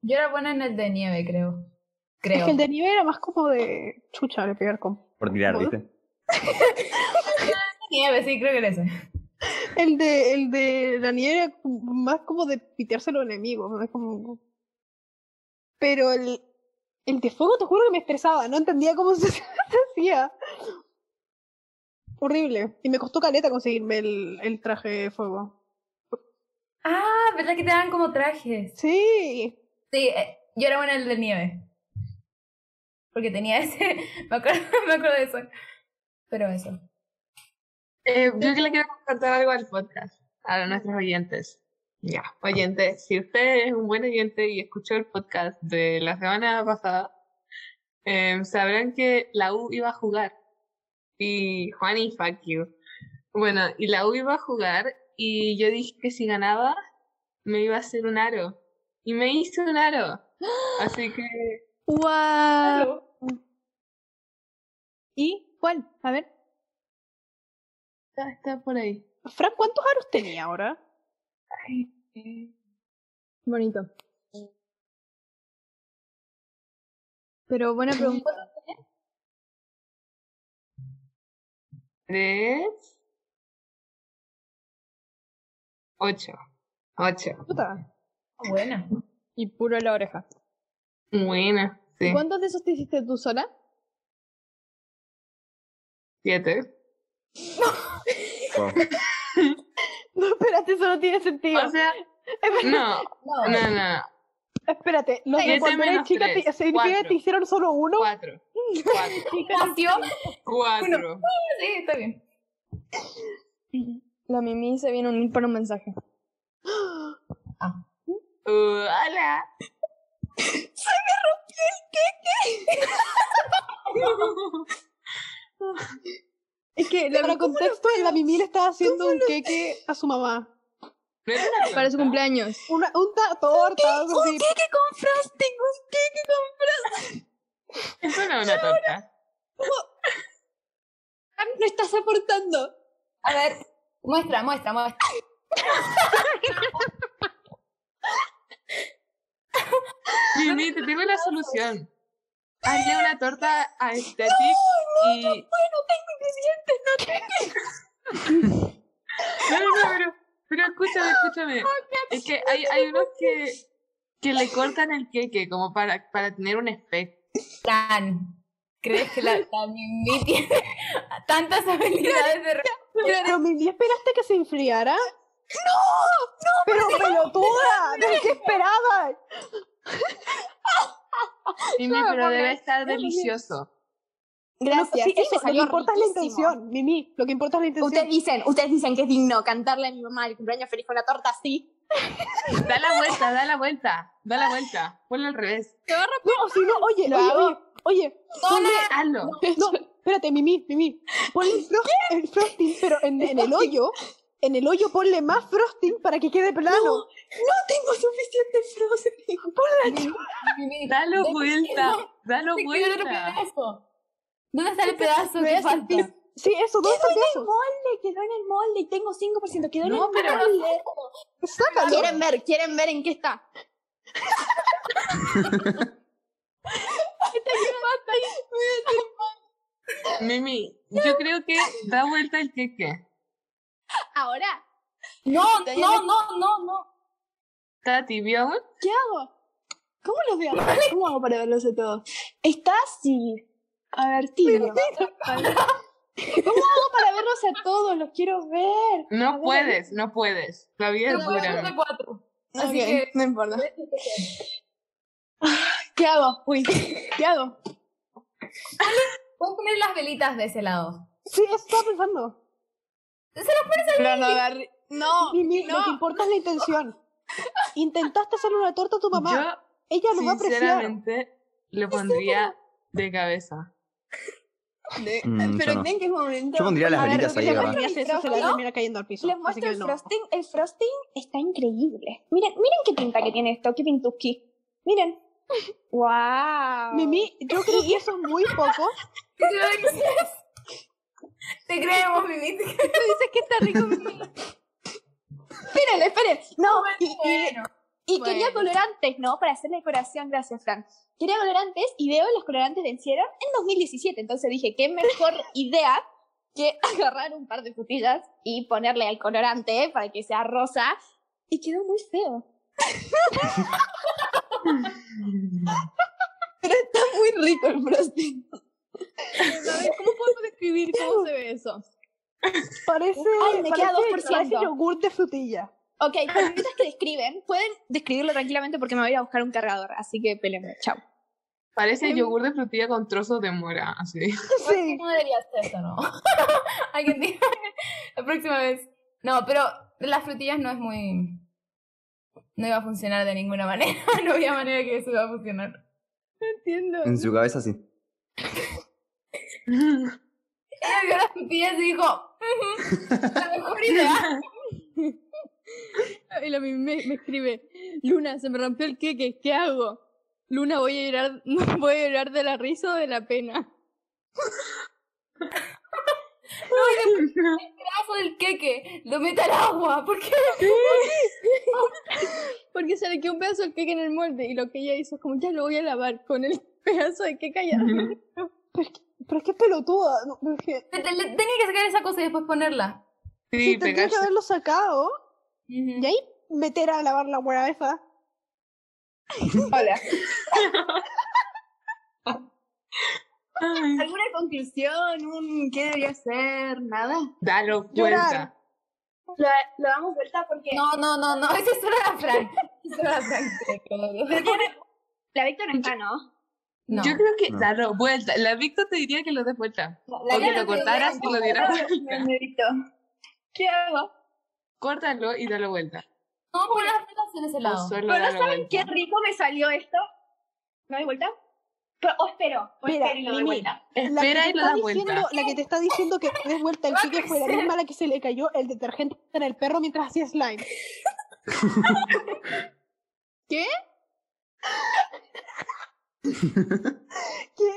[SPEAKER 4] Yo era buena en el de nieve, creo. Creo.
[SPEAKER 2] Es que el de nieve era más como de chucha de pegar con.
[SPEAKER 5] Por tirar,
[SPEAKER 2] Bueno.
[SPEAKER 5] ¿viste?
[SPEAKER 4] nieve, sí, creo que era ese.
[SPEAKER 2] El de, el de la nieve era como- más como de pitearse a los enemigos. ¿no? Es como... Pero el, el de fuego, te juro que me estresaba. No entendía cómo se, se hacía. Horrible. Y me costó caleta conseguirme el, el traje de fuego.
[SPEAKER 4] Ah, ¿verdad que te daban como trajes?
[SPEAKER 2] Sí.
[SPEAKER 4] Sí, eh, yo era buena en el de nieve. Porque tenía ese. Me acuerdo, me acuerdo de eso. Pero eso.
[SPEAKER 1] Eh, yo que le quiero contar algo al podcast, a nuestros oyentes. Ya, oyentes, si usted es un buen oyente y escuchó el podcast de la semana pasada, eh, sabrán que la U iba a jugar. Y Juan y fuck you. Bueno, y la U iba a jugar y yo dije que si ganaba me iba a hacer un aro. Y me hice un aro. Así que
[SPEAKER 3] ¡Wow! ¿Y cuál? A ver.
[SPEAKER 1] está, está por ahí.
[SPEAKER 2] Fran, ¿cuántos aros tenía ahora?
[SPEAKER 1] Ay, eh,
[SPEAKER 3] Bonito. Pero buena pregunta.
[SPEAKER 1] Tres. Ocho. Ocho.
[SPEAKER 2] Puta.
[SPEAKER 4] Buena.
[SPEAKER 3] Y puro en la oreja.
[SPEAKER 1] Buena. Sí.
[SPEAKER 3] ¿Cuántos de esos te hiciste tú sola?
[SPEAKER 1] Siete.
[SPEAKER 5] Wow.
[SPEAKER 2] No, espérate, eso no tiene sentido.
[SPEAKER 1] O sea, no,
[SPEAKER 4] No,
[SPEAKER 1] no, no.
[SPEAKER 2] espérate, los
[SPEAKER 1] Siete
[SPEAKER 2] de cuando eras
[SPEAKER 1] menos
[SPEAKER 2] chica
[SPEAKER 1] tres,
[SPEAKER 2] te- significa que
[SPEAKER 1] cuatro.
[SPEAKER 2] te hicieron solo uno.
[SPEAKER 1] Cuatro. Cuatro.
[SPEAKER 4] ¿Nació?
[SPEAKER 1] Cuatro.
[SPEAKER 4] Sí, está bien.
[SPEAKER 3] La Mimi se viene a unir para un mensaje.
[SPEAKER 1] Uh, hola.
[SPEAKER 3] Es que
[SPEAKER 2] Para contexto, la Mimi le estaba haciendo un queque a su mamá.
[SPEAKER 1] No era una
[SPEAKER 3] para su
[SPEAKER 1] torta.
[SPEAKER 3] cumpleaños.
[SPEAKER 2] Una, un ta- torta, algo así.
[SPEAKER 1] Eso no es una torta.
[SPEAKER 3] No estás aportando.
[SPEAKER 4] A ver, muestra, muestra, muestra.
[SPEAKER 1] Mimi, te tengo la solución. Hazle una torta a Static y. No, no, no tengo ingredientes, no tengo. no, no, pero, pero escúchame, escúchame. Es que hay, hay unos que, que le cortan el queque como para, para tener un efecto.
[SPEAKER 4] Fran. ¿Crees que la, la Mimi tiene tantas habilidades de
[SPEAKER 2] Pero Mimi, ¿esperaste que se enfriara? ¡No! ¡No! ¡Pero pelotuda! ¿De qué esperabas?
[SPEAKER 1] Mimi, pero debe estar delicioso.
[SPEAKER 2] No,
[SPEAKER 7] Gracias.
[SPEAKER 2] sí,
[SPEAKER 7] me
[SPEAKER 2] eso, lo que
[SPEAKER 7] salió
[SPEAKER 2] importa es la
[SPEAKER 7] riquísimo.
[SPEAKER 2] intención, Mimi. Lo que importa es la intención.
[SPEAKER 7] Ustedes dicen, ustedes dicen que es digno cantarle a mi mamá el cumpleaños feliz con la torta así.
[SPEAKER 1] Da la vuelta, da la vuelta, da la vuelta. Ponlo al revés.
[SPEAKER 2] No, si no, oye,
[SPEAKER 7] Lo
[SPEAKER 2] oye,
[SPEAKER 7] hago.
[SPEAKER 2] oye, oye,
[SPEAKER 1] Hazlo.
[SPEAKER 2] no, espérate, Mimi, Mimi, ponle el, fro- el frosting, pero en, en el hoyo, en el hoyo ponle más frosting para que quede plano.
[SPEAKER 7] Tengo suficiente frozen.
[SPEAKER 4] Mimi,
[SPEAKER 1] Dalo vuelta, dalo
[SPEAKER 4] ¿Dónde quedó el otro
[SPEAKER 1] vuelta.
[SPEAKER 4] pedazo? ¿Dónde está el pedazo que
[SPEAKER 2] Pero ya
[SPEAKER 4] falta?
[SPEAKER 2] sentí- Sí, eso, ¿dónde está el pedazo?
[SPEAKER 7] molde, quedó en el molde, tengo 5%, quedó
[SPEAKER 1] No,
[SPEAKER 7] en el
[SPEAKER 1] pero-
[SPEAKER 7] molde.
[SPEAKER 2] Sácalo.
[SPEAKER 7] Quieren ver, quieren ver en qué está.
[SPEAKER 1] Mimi, yo creo que da vuelta el queque.
[SPEAKER 7] Ahora,
[SPEAKER 4] No, no, no, no, no.
[SPEAKER 1] Tati, ¿vio aún?
[SPEAKER 7] ¿qué hago? ¿Cómo los veo? ¿Cómo hago para verlos a todos? Está así. A ver, tibio. ¿Cómo hago para verlos a todos? Los quiero ver. A
[SPEAKER 1] No
[SPEAKER 7] ver.
[SPEAKER 1] puedes, no puedes. La vida es dura.
[SPEAKER 4] cuatro. Así
[SPEAKER 7] Ok,
[SPEAKER 4] que-
[SPEAKER 7] no importa. Ah, ¿Qué hago? Uy, ¿qué hago?
[SPEAKER 4] Puedes poner las velitas de ese lado.
[SPEAKER 2] Sí, eso estaba pensando.
[SPEAKER 7] Pero lo agarré. No,
[SPEAKER 2] Mimi, lo que
[SPEAKER 7] no.
[SPEAKER 2] importa es la intención. Intentaste hacer una torta a tu mamá.
[SPEAKER 1] Yo,
[SPEAKER 2] Ella lo va a apreciar.
[SPEAKER 1] sinceramente, lo pondría de cabeza.
[SPEAKER 7] De-
[SPEAKER 5] Mm, yo no.
[SPEAKER 7] creen que es momento.
[SPEAKER 5] Yo pondría las
[SPEAKER 2] A ver,
[SPEAKER 5] velitas
[SPEAKER 2] lo
[SPEAKER 5] ahí,
[SPEAKER 2] que
[SPEAKER 5] ¿verdad?
[SPEAKER 2] Mimi hace eso, se le
[SPEAKER 7] ¿No?
[SPEAKER 2] termina cayendo al piso.
[SPEAKER 7] Les
[SPEAKER 2] así
[SPEAKER 7] muestro
[SPEAKER 2] que
[SPEAKER 7] el
[SPEAKER 2] no.
[SPEAKER 7] frosting. El frosting está increíble. Miren, miren qué pinta que tiene esto, qué pintuski. Miren. ¡Wow!
[SPEAKER 2] Mimi, yo creo que eso es muy poco.
[SPEAKER 4] ¿Qué te lo dices? Te creemos, Mimi. te creemos.
[SPEAKER 7] dices que está rico, Mimi. esperen, esperen. No, y, y-
[SPEAKER 4] Bueno,
[SPEAKER 7] y quería
[SPEAKER 4] bueno.
[SPEAKER 7] colorantes, ¿no? Para hacer la decoración, gracias, Fran. Quería colorantes y veo los colorantes vencieron en 2017. Entonces dije, qué mejor idea que agarrar un par de frutillas y ponerle al colorante para que sea rosa. Y quedó muy feo. Pero está muy rico el frosting.
[SPEAKER 3] ¿Cómo podemos describir cómo se ve eso?
[SPEAKER 2] Parece,
[SPEAKER 7] Ay, me queda
[SPEAKER 2] parece,
[SPEAKER 7] 2%.
[SPEAKER 2] parece yogur de frutilla.
[SPEAKER 7] Ok, pero mientras que describen, pueden describirlo tranquilamente porque me voy a ir a buscar un cargador. Así que peleme, chao.
[SPEAKER 1] Parece yogur de frutilla con trozos de mora, así.
[SPEAKER 2] Sí.
[SPEAKER 4] No deberías hacer eso, ¿no? Alguien diga la próxima vez. No, pero las frutillas no es muy... No iba a funcionar de ninguna manera. No había manera que eso iba a funcionar.
[SPEAKER 3] Entiendo.
[SPEAKER 5] En su cabeza sí.
[SPEAKER 4] Ella vio las frutillas y dijo... "Ujú, La mejor idea.
[SPEAKER 3] Y la Mimi me, me escribe, Luna, se me rompió el queque, ¿qué hago? Luna, voy a llorar, voy a llorar de la risa o de la pena.
[SPEAKER 4] Pedazo del queque. Lo mete al agua. ¿Por qué?
[SPEAKER 3] Porque se le quedó un pedazo del queque en el molde y lo que ella hizo es como, ya lo voy a lavar con el pedazo de queque allá.
[SPEAKER 2] Pero es que es pelotuda. no, pero es que-
[SPEAKER 4] Te- te- le- Tenía que sacar esa cosa y después ponerla.
[SPEAKER 1] Sí,
[SPEAKER 2] sí, tendría que
[SPEAKER 1] pegarse.
[SPEAKER 2] haberlo sacado
[SPEAKER 4] Ujú.
[SPEAKER 2] y ahí meter a lavar la hueá esa.
[SPEAKER 7] Hola.
[SPEAKER 1] Ay,
[SPEAKER 7] ¿Alguna conclusión? Un, Mm, ¿Qué debería hacer? ¿Nada?
[SPEAKER 1] Dalo
[SPEAKER 2] Llorar.
[SPEAKER 1] vuelta.
[SPEAKER 7] Lo, lo damos vuelta porque
[SPEAKER 4] No, no, no, no, ese es solo la Fran. Ese es solo la Fran.
[SPEAKER 7] la Víctor no está, ¿no?
[SPEAKER 4] No.
[SPEAKER 1] Yo creo que
[SPEAKER 5] No.
[SPEAKER 1] dalo vuelta. La Víctor te diría que lo des vuelta. O que
[SPEAKER 4] Fran
[SPEAKER 1] lo cortaras y lo dieras vuelta.
[SPEAKER 7] ¿Qué hago?
[SPEAKER 1] Córtalo y dalo vuelta.
[SPEAKER 4] No, pon las frutas en ese
[SPEAKER 1] O
[SPEAKER 4] lado.
[SPEAKER 1] solo
[SPEAKER 7] Bueno,
[SPEAKER 1] dalo
[SPEAKER 7] ¿saben qué
[SPEAKER 1] vuelta.
[SPEAKER 7] rico me salió esto? ¿No hay vuelta? Pero, o espero, o
[SPEAKER 2] Mira,
[SPEAKER 7] espero y lo doy
[SPEAKER 2] Mimi,
[SPEAKER 7] vuelta.
[SPEAKER 2] La que,
[SPEAKER 1] Espera
[SPEAKER 2] te
[SPEAKER 1] y lo
[SPEAKER 2] está
[SPEAKER 1] das vuelta.
[SPEAKER 2] diciendo, la que te está diciendo que des vuelta el chique fue la misma a la que se le cayó el detergente en el perro mientras hacía slime.
[SPEAKER 3] ¿Qué?
[SPEAKER 2] ¿Qué?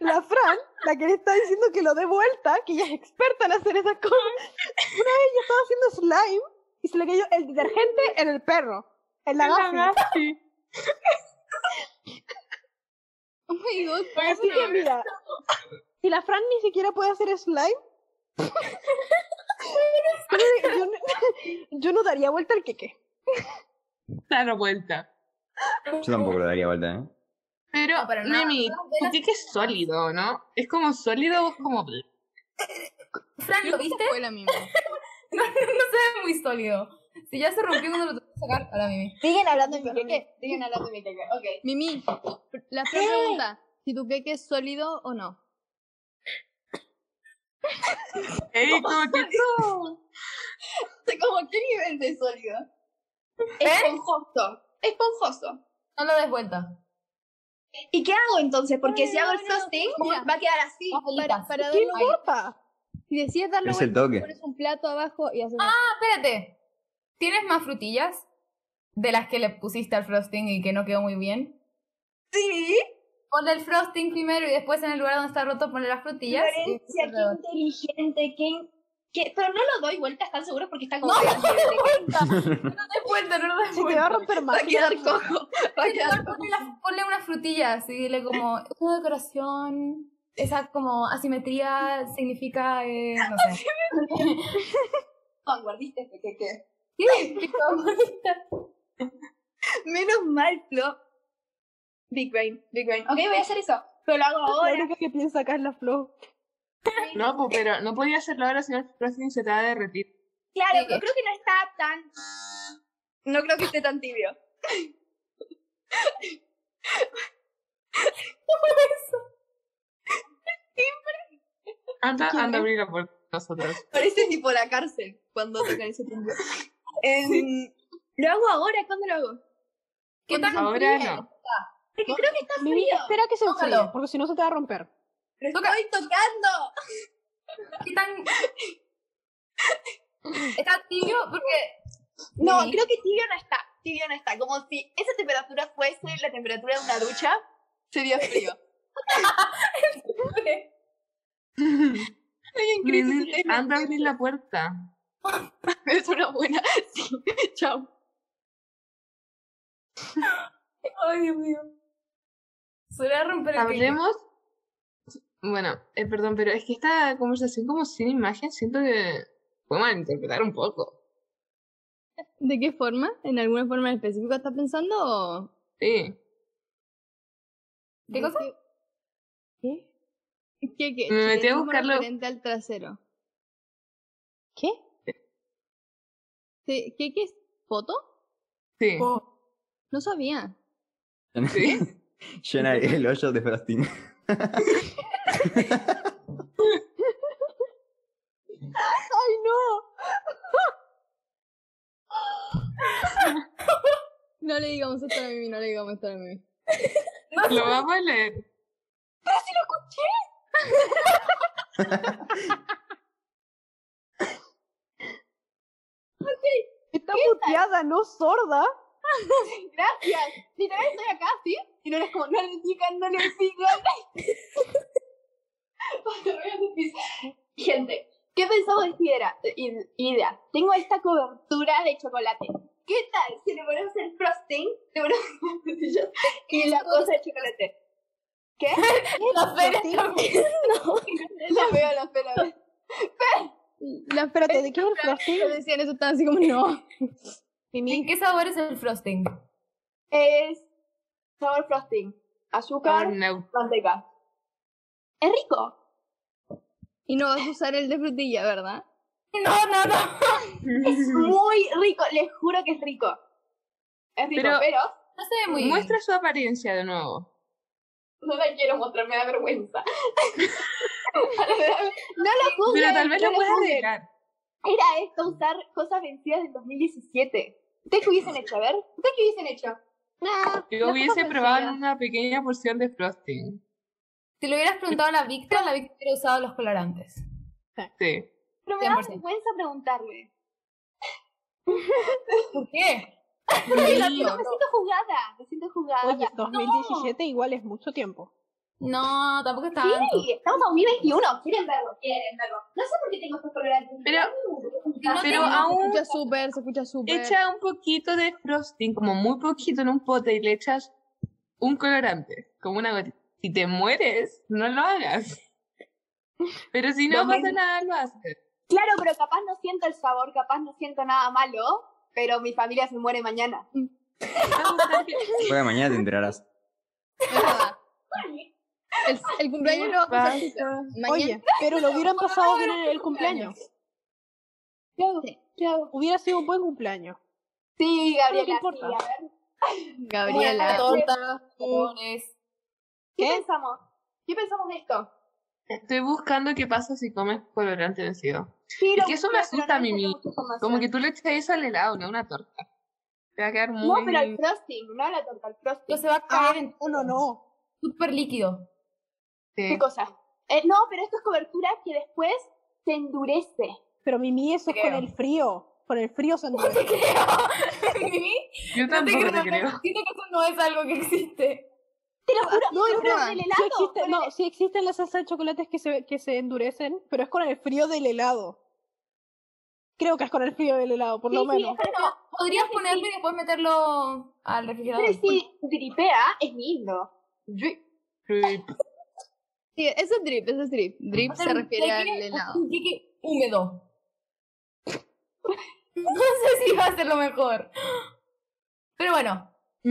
[SPEAKER 2] La Fran, la que le está diciendo que lo dé vuelta, que ella es experta en hacer esas cosas. Una vez yo estaba haciendo slime y se le cayó el detergente en el perro. En la gafi.
[SPEAKER 3] Oh my god,
[SPEAKER 2] Así que mira, si la Fran ni siquiera puede hacer slime, yo, no, yo no daría vuelta al queque.
[SPEAKER 1] Dalo vuelta.
[SPEAKER 5] Yo tampoco lo daría vuelta, ¿eh?
[SPEAKER 1] Pero,
[SPEAKER 4] No, pero no,
[SPEAKER 1] Nemi,
[SPEAKER 4] no,
[SPEAKER 1] tu
[SPEAKER 4] velas-
[SPEAKER 1] tique es sólido, ¿no? Es como sólido o es como...
[SPEAKER 4] Frank, ¿lo viste?
[SPEAKER 3] Fue la misma.
[SPEAKER 4] No, no se ve muy sólido. Si ya se rompió cuando lo tuve que sacar, para mí.
[SPEAKER 7] Siguen hablando de mi queque. Siguen hablando de mi queque. Ok.
[SPEAKER 3] Mimi, la Fran pregunta, si tu queque es sólido o no.
[SPEAKER 1] ¡Ey, como que...
[SPEAKER 7] ¿Cómo qué nivel de sólido?
[SPEAKER 4] ¿Eh?
[SPEAKER 7] Esponjoso. Esponjoso.
[SPEAKER 4] No lo des vuelta.
[SPEAKER 7] ¿Y qué hago entonces? Porque si hago el frosting,
[SPEAKER 3] mira.
[SPEAKER 7] va a quedar así.
[SPEAKER 3] Para,
[SPEAKER 4] Para,
[SPEAKER 3] para
[SPEAKER 2] ¿Qué
[SPEAKER 3] darlo vuelta,
[SPEAKER 2] importa?
[SPEAKER 3] si decides darlo
[SPEAKER 5] Es el
[SPEAKER 3] vuelta,
[SPEAKER 5] toque.
[SPEAKER 3] pones un plato abajo y haces...
[SPEAKER 4] Ah, espérate. ¿Tienes más frutillas? De las que le pusiste al frosting y que no quedó muy bien.
[SPEAKER 7] Sí.
[SPEAKER 4] Ponle el frosting primero y después en el lugar donde está roto ponle las frutillas. y
[SPEAKER 7] Florencia,
[SPEAKER 4] se
[SPEAKER 7] qué
[SPEAKER 4] rebota.
[SPEAKER 7] inteligente, qué, in- qué- Pero no lo doy vuelta, están seguros porque está como.
[SPEAKER 4] No,
[SPEAKER 7] que-
[SPEAKER 4] No des vuelta, no lo des
[SPEAKER 2] Se te
[SPEAKER 4] vuelta.
[SPEAKER 2] va a romper
[SPEAKER 7] Va
[SPEAKER 2] más.
[SPEAKER 7] a quedar cojo. Va a
[SPEAKER 4] Sí,
[SPEAKER 7] quedar
[SPEAKER 4] igual
[SPEAKER 7] cojo.
[SPEAKER 4] ponle, las- ponle unas frutillas y dile como, es una decoración, esa como asimetría significa, eh, no sé.
[SPEAKER 7] Vanguardista este que, que.
[SPEAKER 4] ¿Qué significa bonita?
[SPEAKER 7] Menos mal, Flo. Big brain, big brain. Ah, Ok, voy a hacer eso. Pero lo hago
[SPEAKER 2] Lo
[SPEAKER 7] ahora.
[SPEAKER 2] único que piensa acá es la flor.
[SPEAKER 1] No, po, pero no podía hacerlo ahora, señor Frosting se te va a derretir.
[SPEAKER 7] Claro,
[SPEAKER 4] Sí.
[SPEAKER 7] pero creo que no está tan. No creo que esté tan tibio.
[SPEAKER 1] Anda,
[SPEAKER 2] ¿Quién
[SPEAKER 1] anda a
[SPEAKER 2] es?
[SPEAKER 1] abrir la puerta con nosotros.
[SPEAKER 7] Parece tipo la cárcel cuando tocan ese timbre. Em, lo hago ahora, ¿cuándo lo hago?
[SPEAKER 4] ¿Qué tan
[SPEAKER 1] Ahora
[SPEAKER 4] fría?
[SPEAKER 1] no.
[SPEAKER 7] Porque creo que está
[SPEAKER 2] Mimi,
[SPEAKER 7] frío.
[SPEAKER 2] espera que se
[SPEAKER 4] Tócalo.
[SPEAKER 2] enfríe, porque si no se te va a romper.
[SPEAKER 7] Lo estoy tocando.
[SPEAKER 4] ¿Qué tan...? Está tibio porque...
[SPEAKER 7] No,
[SPEAKER 4] Mimi,
[SPEAKER 7] creo que tibio no está. Tibio no está. Como si esa temperatura fuese la temperatura de una ducha, sería frío. Ay, en crisis
[SPEAKER 1] Mimi,
[SPEAKER 7] estoy
[SPEAKER 1] anda a abrir la puerta.
[SPEAKER 7] Es una buena. Sí, chao.
[SPEAKER 4] Ay, Dios mío. Suele romper el pecho.
[SPEAKER 1] Hablemos. Bueno, eh, perdón, pero es que esta conversación como sin imagen siento que puede malinterpretar un poco.
[SPEAKER 3] ¿De qué forma? ¿En alguna forma en específico estás pensando o...?
[SPEAKER 1] Sí.
[SPEAKER 4] ¿Qué cosa?
[SPEAKER 3] ¿Qué? ¿Qué? ¿Qué?
[SPEAKER 1] Me metí a
[SPEAKER 3] Chilenismo
[SPEAKER 1] buscarlo.
[SPEAKER 3] referente al trasero.
[SPEAKER 2] ¿Qué?
[SPEAKER 3] ¿Qué, qué, qué es? ¿Foto?
[SPEAKER 1] Sí.
[SPEAKER 4] Oh.
[SPEAKER 3] No sabía.
[SPEAKER 5] Llena el hoyo de frosting.
[SPEAKER 2] ¡Ay, no!
[SPEAKER 3] No le digamos esto a la Mimi, no le digamos esto a la Mimi.
[SPEAKER 1] Lo vamos a leer.
[SPEAKER 2] Está puteada, no sorda.
[SPEAKER 7] Gracias. Literal estoy acá, ¿sí? Y no eres como, no le pican, no le pican. Porque voy a decir- Gente, ¿qué pensamos de esta idea? I- idea? Tengo esta cobertura de chocolate. ¿Qué tal si le ponemos el frosting? Le ponemos las frutillas y la cosa de chocolate. ¿Qué?
[SPEAKER 4] La feria también.
[SPEAKER 7] La veo, la veo, la veo.
[SPEAKER 2] La, espérate, ¿de qué es el frosting?
[SPEAKER 3] Cuando decían eso, estaban así como, no.
[SPEAKER 4] ¿Y qué sabor es el frosting?
[SPEAKER 7] Es sabor frosting. Azúcar,
[SPEAKER 1] No.
[SPEAKER 7] manteca. Es rico.
[SPEAKER 3] Y no vas a usar el de frutilla, ¿verdad?
[SPEAKER 4] No, no, no.
[SPEAKER 7] Es
[SPEAKER 1] Mm.
[SPEAKER 7] muy rico, les juro que es rico. Es rico,
[SPEAKER 1] Pero-
[SPEAKER 7] pero,
[SPEAKER 4] No se ve muy bien.
[SPEAKER 1] Muestra su apariencia de nuevo.
[SPEAKER 7] no la quiero mostrar, me da vergüenza. no lo juzguen.
[SPEAKER 1] Pero tal vez
[SPEAKER 7] no
[SPEAKER 1] lo puedas
[SPEAKER 7] juzguen.
[SPEAKER 1] arreglar.
[SPEAKER 7] Era esto usar cosas vencidas del 2017. ¿Ustedes qué hubiesen hecho? A ver, ¿ustedes qué hubiesen hecho? Nah,
[SPEAKER 1] Yo
[SPEAKER 7] las
[SPEAKER 1] hubiese
[SPEAKER 7] cosas
[SPEAKER 1] probado en
[SPEAKER 7] vencidas.
[SPEAKER 1] una pequeña porción de frosting.
[SPEAKER 4] Si lo hubieras preguntado a la Victor, la Victor hubiera usado los colorantes.
[SPEAKER 1] Sí.
[SPEAKER 7] Pero me da
[SPEAKER 4] 100%.
[SPEAKER 7] vergüenza preguntarle.
[SPEAKER 4] ¿Por qué?
[SPEAKER 1] Sí.
[SPEAKER 7] No, me siento jugada, me siento jugada.
[SPEAKER 2] Oye, 2017 igual es mucho tiempo.
[SPEAKER 4] No, tampoco está.
[SPEAKER 7] Sí, estamos a 2021, quieren verlo, quieren verlo. No sé por qué tengo estos colorantes.
[SPEAKER 1] Pero-
[SPEAKER 4] No
[SPEAKER 1] Pero
[SPEAKER 4] tengo-
[SPEAKER 3] Se
[SPEAKER 1] aún
[SPEAKER 3] escucha súper, se escucha súper.
[SPEAKER 1] echa un poquito de frosting, como muy poquito en un pote y le echas un colorante, como una gotita. Si te mueres, no lo hagas. Pero si no
[SPEAKER 7] Lo
[SPEAKER 1] pasa
[SPEAKER 7] mismo.
[SPEAKER 1] nada, lo haces.
[SPEAKER 7] Claro, pero capaz no siento el sabor, capaz no siento nada malo, pero mi familia se muere mañana.
[SPEAKER 1] Va a gustar que-
[SPEAKER 5] Juega mañana te enterarás.
[SPEAKER 4] Es verdad.
[SPEAKER 3] El, el cumpleaños lo va a pasar súper. Mañana.
[SPEAKER 2] Oye, pero lo hubieran pasado bien en el cumpleaños.
[SPEAKER 7] Claro, claro.
[SPEAKER 2] Hubiera sido un buen cumpleaños.
[SPEAKER 7] Sí,
[SPEAKER 2] Pero ¿qué
[SPEAKER 7] Gabriela.
[SPEAKER 2] importa?
[SPEAKER 7] sí, a ver,
[SPEAKER 4] Una
[SPEAKER 3] Gabriela.
[SPEAKER 4] torta, jamones.
[SPEAKER 7] ¿Qué pensamos? ¿Qué pensamos de esto?
[SPEAKER 1] Estoy buscando qué pasa si comes colorante vencido.
[SPEAKER 7] Sí,
[SPEAKER 1] Es
[SPEAKER 7] lo
[SPEAKER 1] que eso me
[SPEAKER 7] busqué, pero no
[SPEAKER 1] asusta a mí
[SPEAKER 7] encontré
[SPEAKER 1] mismo.
[SPEAKER 7] mucha información.
[SPEAKER 1] Como que tú le echas eso al helado, no a una torta. Te va a quedar muy...
[SPEAKER 7] No, pero el frosting, no la torta, el frosting.
[SPEAKER 4] No se va a
[SPEAKER 1] Ah,
[SPEAKER 4] caer en
[SPEAKER 2] No, no, no.
[SPEAKER 4] súper líquido.
[SPEAKER 1] Sí.
[SPEAKER 7] ¿Qué cosa? Eh, no, pero esto es cobertura que después se endurece.
[SPEAKER 2] Pero Mimi, eso es
[SPEAKER 4] Creo.
[SPEAKER 2] con el frío. Con el frío se
[SPEAKER 4] No te creo. Mimi,
[SPEAKER 1] Yo
[SPEAKER 4] no te
[SPEAKER 1] tampoco
[SPEAKER 4] creo.
[SPEAKER 1] te creo.
[SPEAKER 4] Siento que eso no es algo que existe.
[SPEAKER 7] Te lo juro,
[SPEAKER 2] Ah, No, no,
[SPEAKER 7] pero
[SPEAKER 2] no.
[SPEAKER 7] del
[SPEAKER 2] Sí
[SPEAKER 7] helado,
[SPEAKER 2] existe-
[SPEAKER 7] con
[SPEAKER 2] no,
[SPEAKER 7] el-
[SPEAKER 2] sí existen las salsas de chocolates que se, que se endurecen, pero es con el frío del helado. Creo que es con el frío del helado, por
[SPEAKER 7] Sí,
[SPEAKER 2] lo
[SPEAKER 7] sí,
[SPEAKER 2] menos.
[SPEAKER 7] es verdad.
[SPEAKER 4] No, podrías ponerlo y después meterlo al refrigerador.
[SPEAKER 7] Pero si gripea, es lindo.
[SPEAKER 1] Sí.
[SPEAKER 3] Sí, eso es drip, eso es drip. Drip
[SPEAKER 4] Hacer
[SPEAKER 3] se
[SPEAKER 4] un
[SPEAKER 3] refiere al
[SPEAKER 4] queque-
[SPEAKER 3] helado.
[SPEAKER 4] Un queque húmedo. No sé si va a ser lo mejor. Pero bueno, haz
[SPEAKER 3] Mm.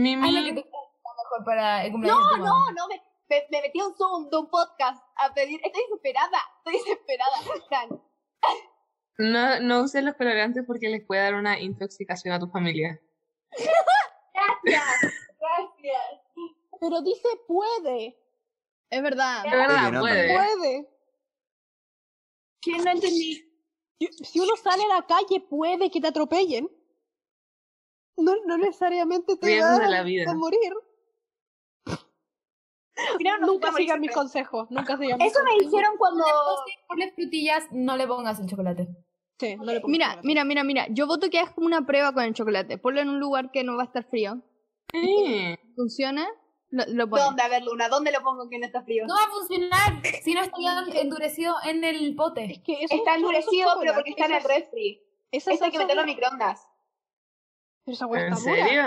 [SPEAKER 4] lo que
[SPEAKER 1] Mimi,
[SPEAKER 4] te parezca mejor para el cumpleaños. No, no.
[SPEAKER 7] No, no, me, me, me metí a un Zoom de un podcast a pedir. Estoy desesperada, estoy desesperada. Fran.
[SPEAKER 1] no, no uses los colorantes porque les puede dar una intoxicación a tu familia.
[SPEAKER 7] Gracias, gracias.
[SPEAKER 2] Pero dice puede,
[SPEAKER 3] Es verdad.
[SPEAKER 1] De verdad,
[SPEAKER 5] Oye, no,
[SPEAKER 1] puede.
[SPEAKER 2] puede.
[SPEAKER 7] ¿Quién no entendí?
[SPEAKER 2] Si- Si uno sale a la calle, puede que te atropellen. No, no necesariamente te
[SPEAKER 1] Riesgos
[SPEAKER 2] va
[SPEAKER 1] de la
[SPEAKER 2] a-
[SPEAKER 1] vida.
[SPEAKER 2] a morir.
[SPEAKER 7] Creo no
[SPEAKER 2] Nunca
[SPEAKER 7] supe morir
[SPEAKER 2] sigan mis
[SPEAKER 7] siempre.
[SPEAKER 2] consejos, nunca sigan mis
[SPEAKER 7] Eso me dijeron cuando.
[SPEAKER 4] Por las frutillas no le pongas el chocolate.
[SPEAKER 2] Sí, no le pongas
[SPEAKER 3] Mira,
[SPEAKER 2] chocolate.
[SPEAKER 3] mira, mira, mira. Yo voto que hagas como una prueba con el chocolate. Ponlo en un lugar que no va a estar frío.
[SPEAKER 1] Sí.
[SPEAKER 3] ¿Funciona? Lo, lo pones.
[SPEAKER 7] ¿Dónde? A ver, Luna, ¿dónde lo pongo que no está frío?
[SPEAKER 4] No va a funcionar si no está endurecido en el
[SPEAKER 2] Es
[SPEAKER 4] pote.
[SPEAKER 2] que eso-
[SPEAKER 7] está
[SPEAKER 2] eso-
[SPEAKER 7] endurecido,
[SPEAKER 2] eso es
[SPEAKER 7] pero porque está en el
[SPEAKER 2] chocolate,
[SPEAKER 7] refri.
[SPEAKER 2] eso-
[SPEAKER 7] Eso hay
[SPEAKER 2] salsa
[SPEAKER 7] que
[SPEAKER 2] dura.
[SPEAKER 7] meterlo en microondas.
[SPEAKER 2] Pero esa hueá
[SPEAKER 1] ¿En
[SPEAKER 2] está dura.
[SPEAKER 1] serio?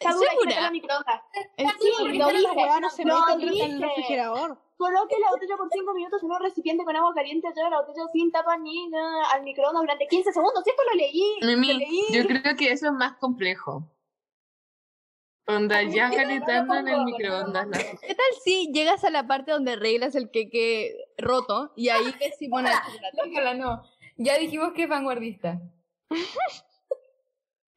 [SPEAKER 7] Está dura, hay que
[SPEAKER 3] ¿Segura?
[SPEAKER 7] meterlo en microondas.
[SPEAKER 4] Está
[SPEAKER 7] sí,
[SPEAKER 4] duro porque
[SPEAKER 7] lo
[SPEAKER 2] Esa
[SPEAKER 4] está en la-
[SPEAKER 7] dije.
[SPEAKER 2] hueá "Ah, no se
[SPEAKER 7] No,
[SPEAKER 2] mete en re- en el
[SPEAKER 7] dije.
[SPEAKER 2] refrigerador.
[SPEAKER 7] Coloque la botella por 5 minutos en un recipiente con agua caliente, lleve la botella sin tapa ni nada al microondas durante 15 segundos. Si esto lo leí, lo
[SPEAKER 1] Mimi,
[SPEAKER 7] leí.
[SPEAKER 1] yo creo que eso es más complejo. Onda,
[SPEAKER 7] Ay,
[SPEAKER 1] ya
[SPEAKER 7] yo no lo
[SPEAKER 1] calentando en el
[SPEAKER 7] pongo.
[SPEAKER 1] microondas. la-
[SPEAKER 3] ¿Qué tal si llegas a la parte donde arreglas el queque roto y ahí ves si pones el chocolate?
[SPEAKER 4] Ojalá no. Ya dijimos que es vanguardista.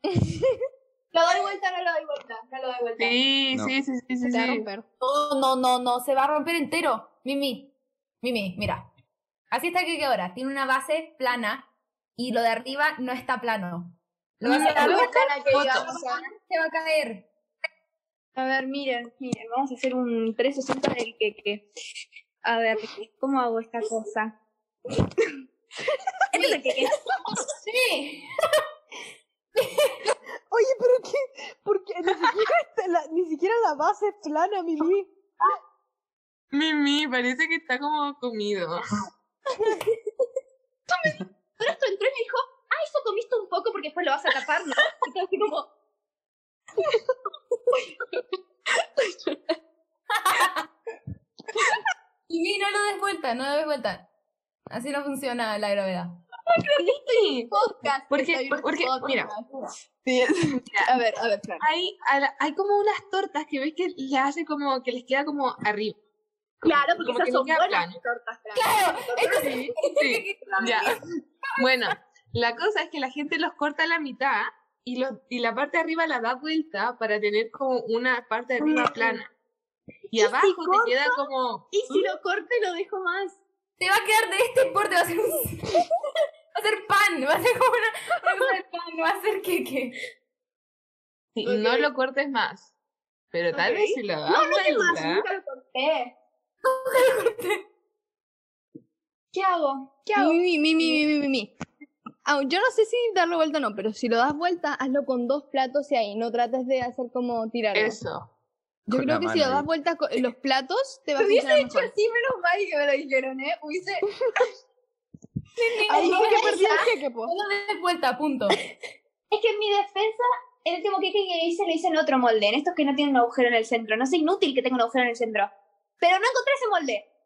[SPEAKER 7] Lo doy vuelta, no lo doy vuelta, no lo doy vuelta.
[SPEAKER 1] Sí,
[SPEAKER 5] No.
[SPEAKER 1] sí, sí, sí, sí.
[SPEAKER 2] Se te va a
[SPEAKER 1] sí.
[SPEAKER 2] romper.
[SPEAKER 4] No, no, no, no, se va a romper entero. Mimi, Mimi, mira. Así está que ahora. Tiene una base plana y lo de arriba no está plano. Lo vas a dar
[SPEAKER 7] Luego
[SPEAKER 4] vuelta
[SPEAKER 7] está la que
[SPEAKER 1] foto.
[SPEAKER 7] íbamos a-
[SPEAKER 4] se va a caer.
[SPEAKER 7] A ver, miren, miren, vamos a hacer un 360 del queque. A ver, ¿cómo hago esta cosa? Este es el queque.
[SPEAKER 4] Sí.
[SPEAKER 2] Oye, pero qué, porque ni siquiera, está la, ni siquiera la base es plana, Mimi.
[SPEAKER 1] Mimi, parece que está como comido.
[SPEAKER 7] Pero esto entró y me dijo, ah, eso comiste un poco porque después lo vas a tapar, ¿no? Y todo así como...
[SPEAKER 4] Mimi, no lo des vuelta, no lo des vuelta. Así no funciona la gravedad.
[SPEAKER 1] Sí.
[SPEAKER 7] Podcast.
[SPEAKER 1] Porque-
[SPEAKER 7] estoy en
[SPEAKER 1] porque,
[SPEAKER 7] podcast.
[SPEAKER 1] mira.
[SPEAKER 7] A ver, a ver, Fran.
[SPEAKER 1] Hay, a la- hay como unas tortas que ves que le hace como, que les queda como arriba.
[SPEAKER 7] Claro, porque
[SPEAKER 1] Como que
[SPEAKER 7] esas
[SPEAKER 1] no
[SPEAKER 7] son
[SPEAKER 1] queda
[SPEAKER 7] buenas
[SPEAKER 1] plano.
[SPEAKER 7] tortas, Fran.
[SPEAKER 1] Sí, sí, ya. Bueno, la cosa es que la gente los corta a la mitad y, los, y la parte de arriba la da vuelta para tener como una parte de arriba plana. Y,
[SPEAKER 7] si
[SPEAKER 1] abajo
[SPEAKER 7] corto?
[SPEAKER 1] te queda como...
[SPEAKER 7] Y si lo corto y lo dejo más.
[SPEAKER 4] Te va a quedar de este porte, va a ser un... va a ser pan, va a ser como una, una cosa de pan, va a ser queque.
[SPEAKER 1] Sí,
[SPEAKER 7] Ok.
[SPEAKER 1] No lo cortes más. Pero tal vez
[SPEAKER 7] Ok.
[SPEAKER 1] si lo das
[SPEAKER 7] No, no te más,
[SPEAKER 1] vuelta...
[SPEAKER 7] nunca lo corté.
[SPEAKER 4] corté.
[SPEAKER 7] ¿Qué hago? ¿Qué hago?
[SPEAKER 3] Mi, mi, mi, mi, mi, mi, mi. Ah, yo no sé si darlo vuelta o no, pero si lo das vuelta, hazlo con dos platos y ahí. No trates de hacer como tirarlo.
[SPEAKER 1] Eso.
[SPEAKER 3] yo
[SPEAKER 5] Con
[SPEAKER 3] creo
[SPEAKER 5] la
[SPEAKER 3] que si lo
[SPEAKER 5] mano,
[SPEAKER 3] das
[SPEAKER 5] ahí.
[SPEAKER 3] vuelta con los platos, te va a
[SPEAKER 7] Lo hubiese
[SPEAKER 3] funcionar
[SPEAKER 7] hecho
[SPEAKER 3] mejor.
[SPEAKER 7] así, menos mal que me lo dijeron, ¿eh? Hubiese...
[SPEAKER 2] Ahí
[SPEAKER 7] no,
[SPEAKER 2] fue que
[SPEAKER 7] ya,
[SPEAKER 2] perdí el queque, po.
[SPEAKER 4] No lo des vuelta, punto.
[SPEAKER 7] Es que en mi defensa, el último queque que hice lo hice en otro molde, en estos que no tienen un agujero en el centro. No es inútil que tenga un agujero en el centro. Pero no encontré ese molde.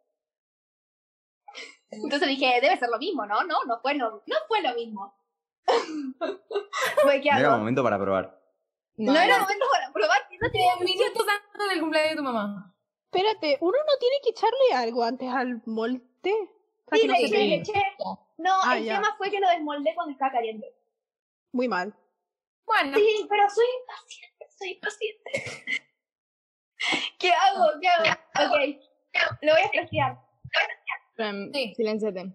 [SPEAKER 7] Entonces dije, debe ser lo mismo, ¿no? No, no fue lo, no fue lo mismo. Fue, ¿qué
[SPEAKER 5] No era
[SPEAKER 7] hago?
[SPEAKER 5] momento para probar.
[SPEAKER 7] No era momento para probar que
[SPEAKER 4] Diez minutos antes del cumpleaños de tu mamá.
[SPEAKER 2] Espérate, uno no tiene que echarle algo antes al molde. Para
[SPEAKER 7] Sí,
[SPEAKER 2] que no
[SPEAKER 7] le
[SPEAKER 2] se
[SPEAKER 7] eché,
[SPEAKER 2] pegue.
[SPEAKER 7] le eché. No,
[SPEAKER 2] Ah,
[SPEAKER 7] el
[SPEAKER 2] ya.
[SPEAKER 7] tema fue que lo desmoldé cuando estaba caliente.
[SPEAKER 2] Muy mal.
[SPEAKER 4] Bueno,
[SPEAKER 7] Sí, pero soy impaciente, soy impaciente. ¿Qué hago? ¿Qué hago? Ok, lo voy a flashear. Em,
[SPEAKER 3] Fran,
[SPEAKER 4] Sí.
[SPEAKER 3] silénciate.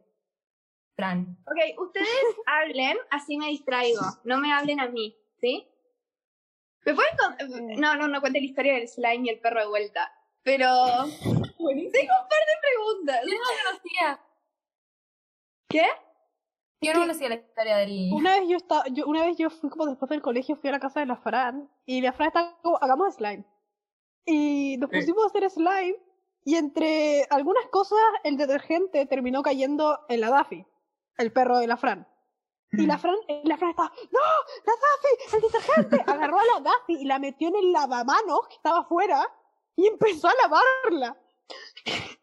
[SPEAKER 4] Fran.
[SPEAKER 7] Ok, ustedes hablen, así me distraigo. No me hablen a mí, ¿sí? ¿Me pueden
[SPEAKER 2] Mm.
[SPEAKER 7] con- No, no, no cuente la historia del slime y el perro de vuelta. Pero. Tengo un par de preguntas.
[SPEAKER 4] Yo no conocía.
[SPEAKER 7] ¿Qué?
[SPEAKER 4] Yo no conocía la historia del.
[SPEAKER 2] Una vez yo estaba, yo, una vez yo fui como después del colegio, fui a la casa de la Fran y la Fran estaba como, hagamos slime. Y nos
[SPEAKER 1] Sí.
[SPEAKER 2] pusimos a hacer slime y entre algunas cosas el detergente terminó cayendo en la Daffy, el perro de la Fran. Y
[SPEAKER 7] Mm.
[SPEAKER 2] la Fran, la Fran estaba, no, la Daffy, el detergente. Agarró a la Daffy y la metió en el lavamanos que estaba afuera y empezó a lavarla.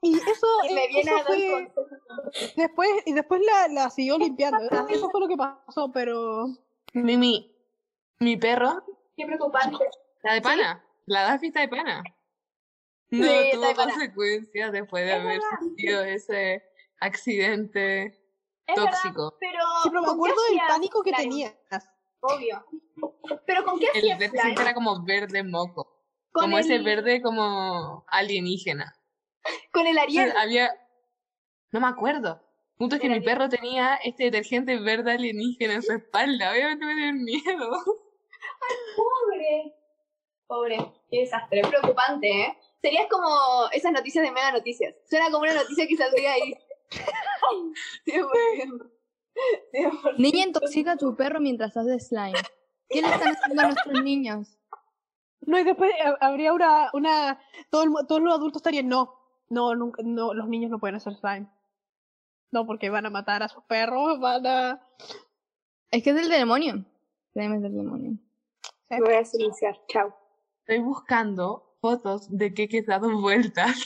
[SPEAKER 2] Y eso,
[SPEAKER 7] Y me
[SPEAKER 2] eh, eso
[SPEAKER 7] viene a dar
[SPEAKER 2] fue...
[SPEAKER 7] consejos.
[SPEAKER 2] Después, y después la, la siguió limpiando. E-, Eso fue lo que pasó, pero.
[SPEAKER 1] Mimi, mi perro,
[SPEAKER 7] Qué preocupante.
[SPEAKER 1] la de pana, la Daffy está de pana. No
[SPEAKER 7] Sí, está de
[SPEAKER 1] tuvo
[SPEAKER 7] pana.
[SPEAKER 1] consecuencias después de
[SPEAKER 7] Es
[SPEAKER 1] haber
[SPEAKER 7] verdad.
[SPEAKER 1] sufrido ese accidente
[SPEAKER 7] Es verdad,
[SPEAKER 1] tóxico.
[SPEAKER 7] pero.
[SPEAKER 2] Sí, pero me
[SPEAKER 7] ¿con qué
[SPEAKER 2] acuerdo del
[SPEAKER 7] hacías
[SPEAKER 2] pánico que
[SPEAKER 7] slime?
[SPEAKER 2] tenías.
[SPEAKER 7] Obvio. Pero ¿con qué
[SPEAKER 1] El
[SPEAKER 7] hacías slime?
[SPEAKER 1] detergente era como verde moco,
[SPEAKER 7] Con
[SPEAKER 1] como
[SPEAKER 7] el,
[SPEAKER 1] ese verde como alienígena.
[SPEAKER 7] Con el Ariel.
[SPEAKER 1] Entonces, había. No me acuerdo. Punto es que
[SPEAKER 7] Era
[SPEAKER 1] mi
[SPEAKER 7] bien.
[SPEAKER 1] perro tenía este detergente verde alienígena en su espalda. Obviamente me dio miedo.
[SPEAKER 7] Pobre. Pobre. Qué desastre. Preocupante, ¿eh? Serías como esas noticias de Mega Noticias. Suena como una noticia que saldría ahí. 100%. 100%.
[SPEAKER 3] Niña intoxica a tu perro mientras hace slime. ¿Qué le están haciendo a nuestros niños?
[SPEAKER 2] No, y después eh, habría una. una todo el mu- todos los adultos estarían, no, no, nunca, no, los niños no pueden hacer slime. No, porque van a matar a sus perros, van a.
[SPEAKER 3] Es que es del demonio. Slime es del demonio.
[SPEAKER 7] Me voy a silenciar. Chao.
[SPEAKER 1] Estoy buscando fotos de que he dado vueltas.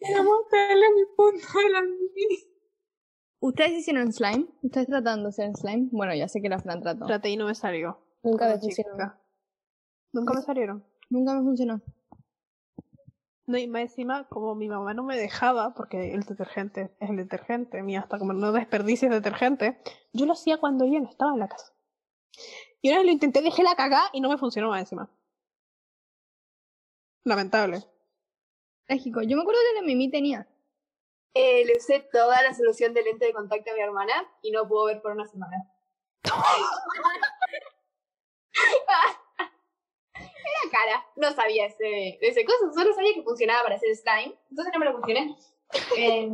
[SPEAKER 1] Para mostrarle mi punto de la niña.
[SPEAKER 3] ¿Ustedes hicieron slime? ¿Ustedes tratando de hacer slime? Bueno, ya sé que la Fran trató.
[SPEAKER 2] Traté y no me salió.
[SPEAKER 6] Nunca me
[SPEAKER 2] Como
[SPEAKER 6] funcionó.
[SPEAKER 2] chica. Nunca me salieron.
[SPEAKER 3] Nunca me funcionó.
[SPEAKER 2] No, y más encima, como mi mamá no me dejaba, porque el detergente es el detergente, mía, hasta como no desperdicies detergente, yo lo hacía cuando ella no estaba en la casa. Y una vez lo intenté, dejé la cagada y no me funcionó más encima. Lamentable.
[SPEAKER 3] Trágico. Yo me acuerdo que la Mimi tenía.
[SPEAKER 7] Eh, le usé toda la solución de lente de contacto a mi hermana y no pudo ver por una semana. Era cara, no sabía ese, de ese cosa, solo sabía que funcionaba para hacer slime, entonces no me lo funcioné. Eh,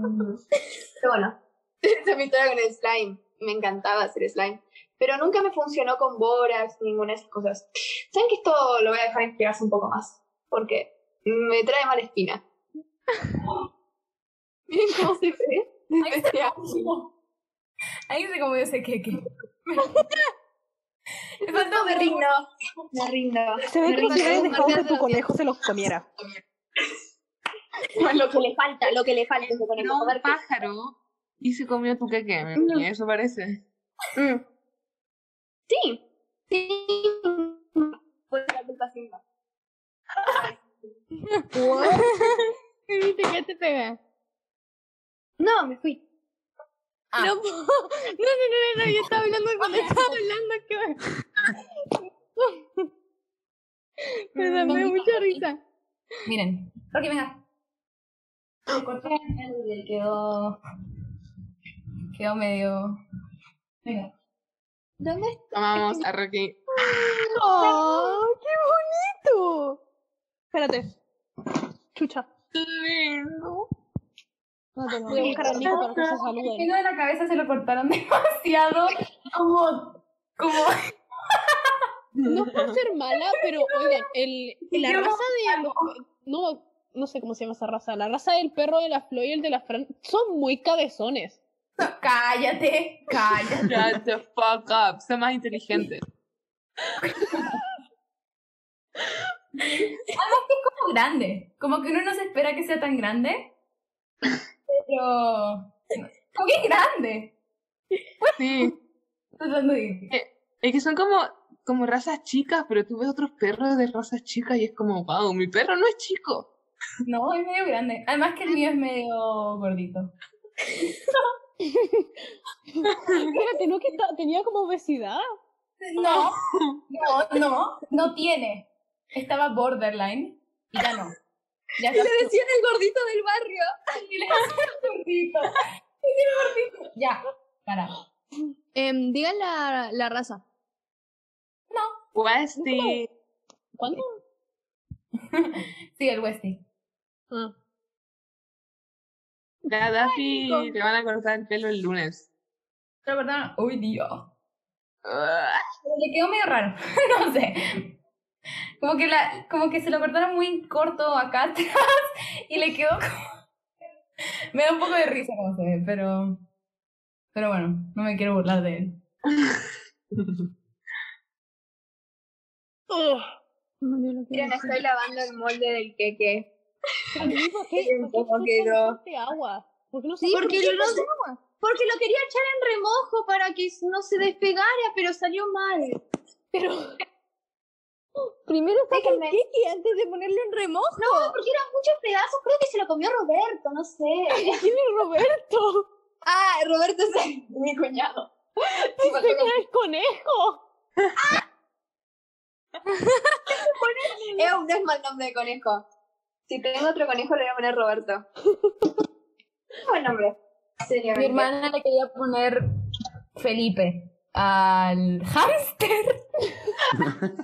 [SPEAKER 7] pero bueno, esa es mi historia con el slime, me encantaba hacer slime, pero nunca me funcionó con borax, ninguna de esas cosas. Saben que esto lo voy a dejar inspirarse un poco más, porque me trae mala espina. Miren cómo se ve desde este ángulo.
[SPEAKER 4] Ahí se comió ese queque. Le
[SPEAKER 7] No,
[SPEAKER 4] faltó
[SPEAKER 7] me rindo. Me rindo.
[SPEAKER 2] Se ve
[SPEAKER 7] Me
[SPEAKER 2] como si
[SPEAKER 7] rindo.
[SPEAKER 2] hubieras dejado que
[SPEAKER 3] de
[SPEAKER 2] tu
[SPEAKER 3] los
[SPEAKER 2] conejo se los comiera.
[SPEAKER 7] Lo que le falta, lo que le falta. se pone
[SPEAKER 1] No,
[SPEAKER 7] como
[SPEAKER 1] un
[SPEAKER 7] verde.
[SPEAKER 1] pájaro. Y se comió tu queque, mi
[SPEAKER 7] No.
[SPEAKER 1] niña, eso parece.
[SPEAKER 7] Mm. Sí. Sí. Fue la culpa Simba.
[SPEAKER 3] Mimi, ¿te qué te pega?
[SPEAKER 7] No, me fui.
[SPEAKER 4] Ah.
[SPEAKER 3] No, po- no, no, no, no, no, yo estaba hablando de cuando estaba hablando, que me... Me da
[SPEAKER 2] Mm,
[SPEAKER 3] me da mucha risa.
[SPEAKER 4] Miren. Rocky, venga. Quedó. Quedó medio. Venga.
[SPEAKER 7] ¿Dónde está?
[SPEAKER 1] Amamos a Rocky.
[SPEAKER 2] ¡Oh, qué bonito! Espérate. Chucha.
[SPEAKER 1] Lindo.
[SPEAKER 2] Voy a buscar al Nico para que se salude.
[SPEAKER 4] El de la cabeza se lo cortaron demasiado. Como. Como.
[SPEAKER 2] No es por ser mala, pero oigan, el, la
[SPEAKER 4] Yo no
[SPEAKER 2] raza de los pe- no, no sé cómo se llama esa raza, la raza del perro de la Flo y el de la Fran son muy cabezones.
[SPEAKER 4] Cállate. Cállate.
[SPEAKER 1] Shut the fuck up. Sé más inteligente.
[SPEAKER 4] Como grande. Como que uno no se espera que sea tan grande. Pero. Como que es grande.
[SPEAKER 1] Sí.
[SPEAKER 4] Tratando de ir.
[SPEAKER 1] Es que son como, como razas chicas, pero tú ves otros perros de razas chicas y es como, wow, mi perro no es chico.
[SPEAKER 4] No, es medio grande. Además que el mío es medio gordito.
[SPEAKER 2] Espérate, ¿no que esta- tenía como obesidad?
[SPEAKER 4] No, no, no, no tiene. Estaba borderline y ya no. Ya está
[SPEAKER 7] decían el gordito del barrio.
[SPEAKER 4] Y le hacía gordito. Y tiene gordito. Ya, para.
[SPEAKER 3] Em, digan la, la raza.
[SPEAKER 1] Westy.
[SPEAKER 2] ¿Cuánto?
[SPEAKER 4] Sí, el Westy.
[SPEAKER 1] La Daffy le van a cortar el pelo el lunes.
[SPEAKER 4] Pero verdad, uy, Dios.
[SPEAKER 1] Ah,
[SPEAKER 4] Pero le quedó medio raro. no sé. Como que, la, como que se lo cortaron muy corto acá atrás y le quedó como... Me da un poco de risa como se ve, pero... Pero bueno, no me quiero burlar de él.
[SPEAKER 2] Ugh, no, yo no quiero.
[SPEAKER 7] Miren, estoy lavando el molde del queque.
[SPEAKER 2] Ay, ¿Por qué,
[SPEAKER 7] Miren
[SPEAKER 2] por qué
[SPEAKER 7] cómo
[SPEAKER 2] usan
[SPEAKER 7] quedó.
[SPEAKER 2] bastante agua? ¿Por qué no
[SPEAKER 7] Sí,
[SPEAKER 2] usan-
[SPEAKER 7] porque lo, no- porque lo quería echar en remojo para que no se despegara, pero salió mal.
[SPEAKER 2] Pero
[SPEAKER 3] Primero está
[SPEAKER 7] Déjenme.
[SPEAKER 3] Kiki antes de ponerle en remojo.
[SPEAKER 7] No, porque eran muchos pedazos, creo que se lo comió Roberto, no sé.
[SPEAKER 2] ¿quién es Roberto?
[SPEAKER 7] Ah, Roberto es mi cuñado. Sí,
[SPEAKER 2] Pensé que era el conejo.
[SPEAKER 7] Eu, no es mal nombre de conejo. Si tengo otro conejo, le voy a poner Roberto. Buen nombre.
[SPEAKER 4] Mi hermana le quería poner Felipe al hámster.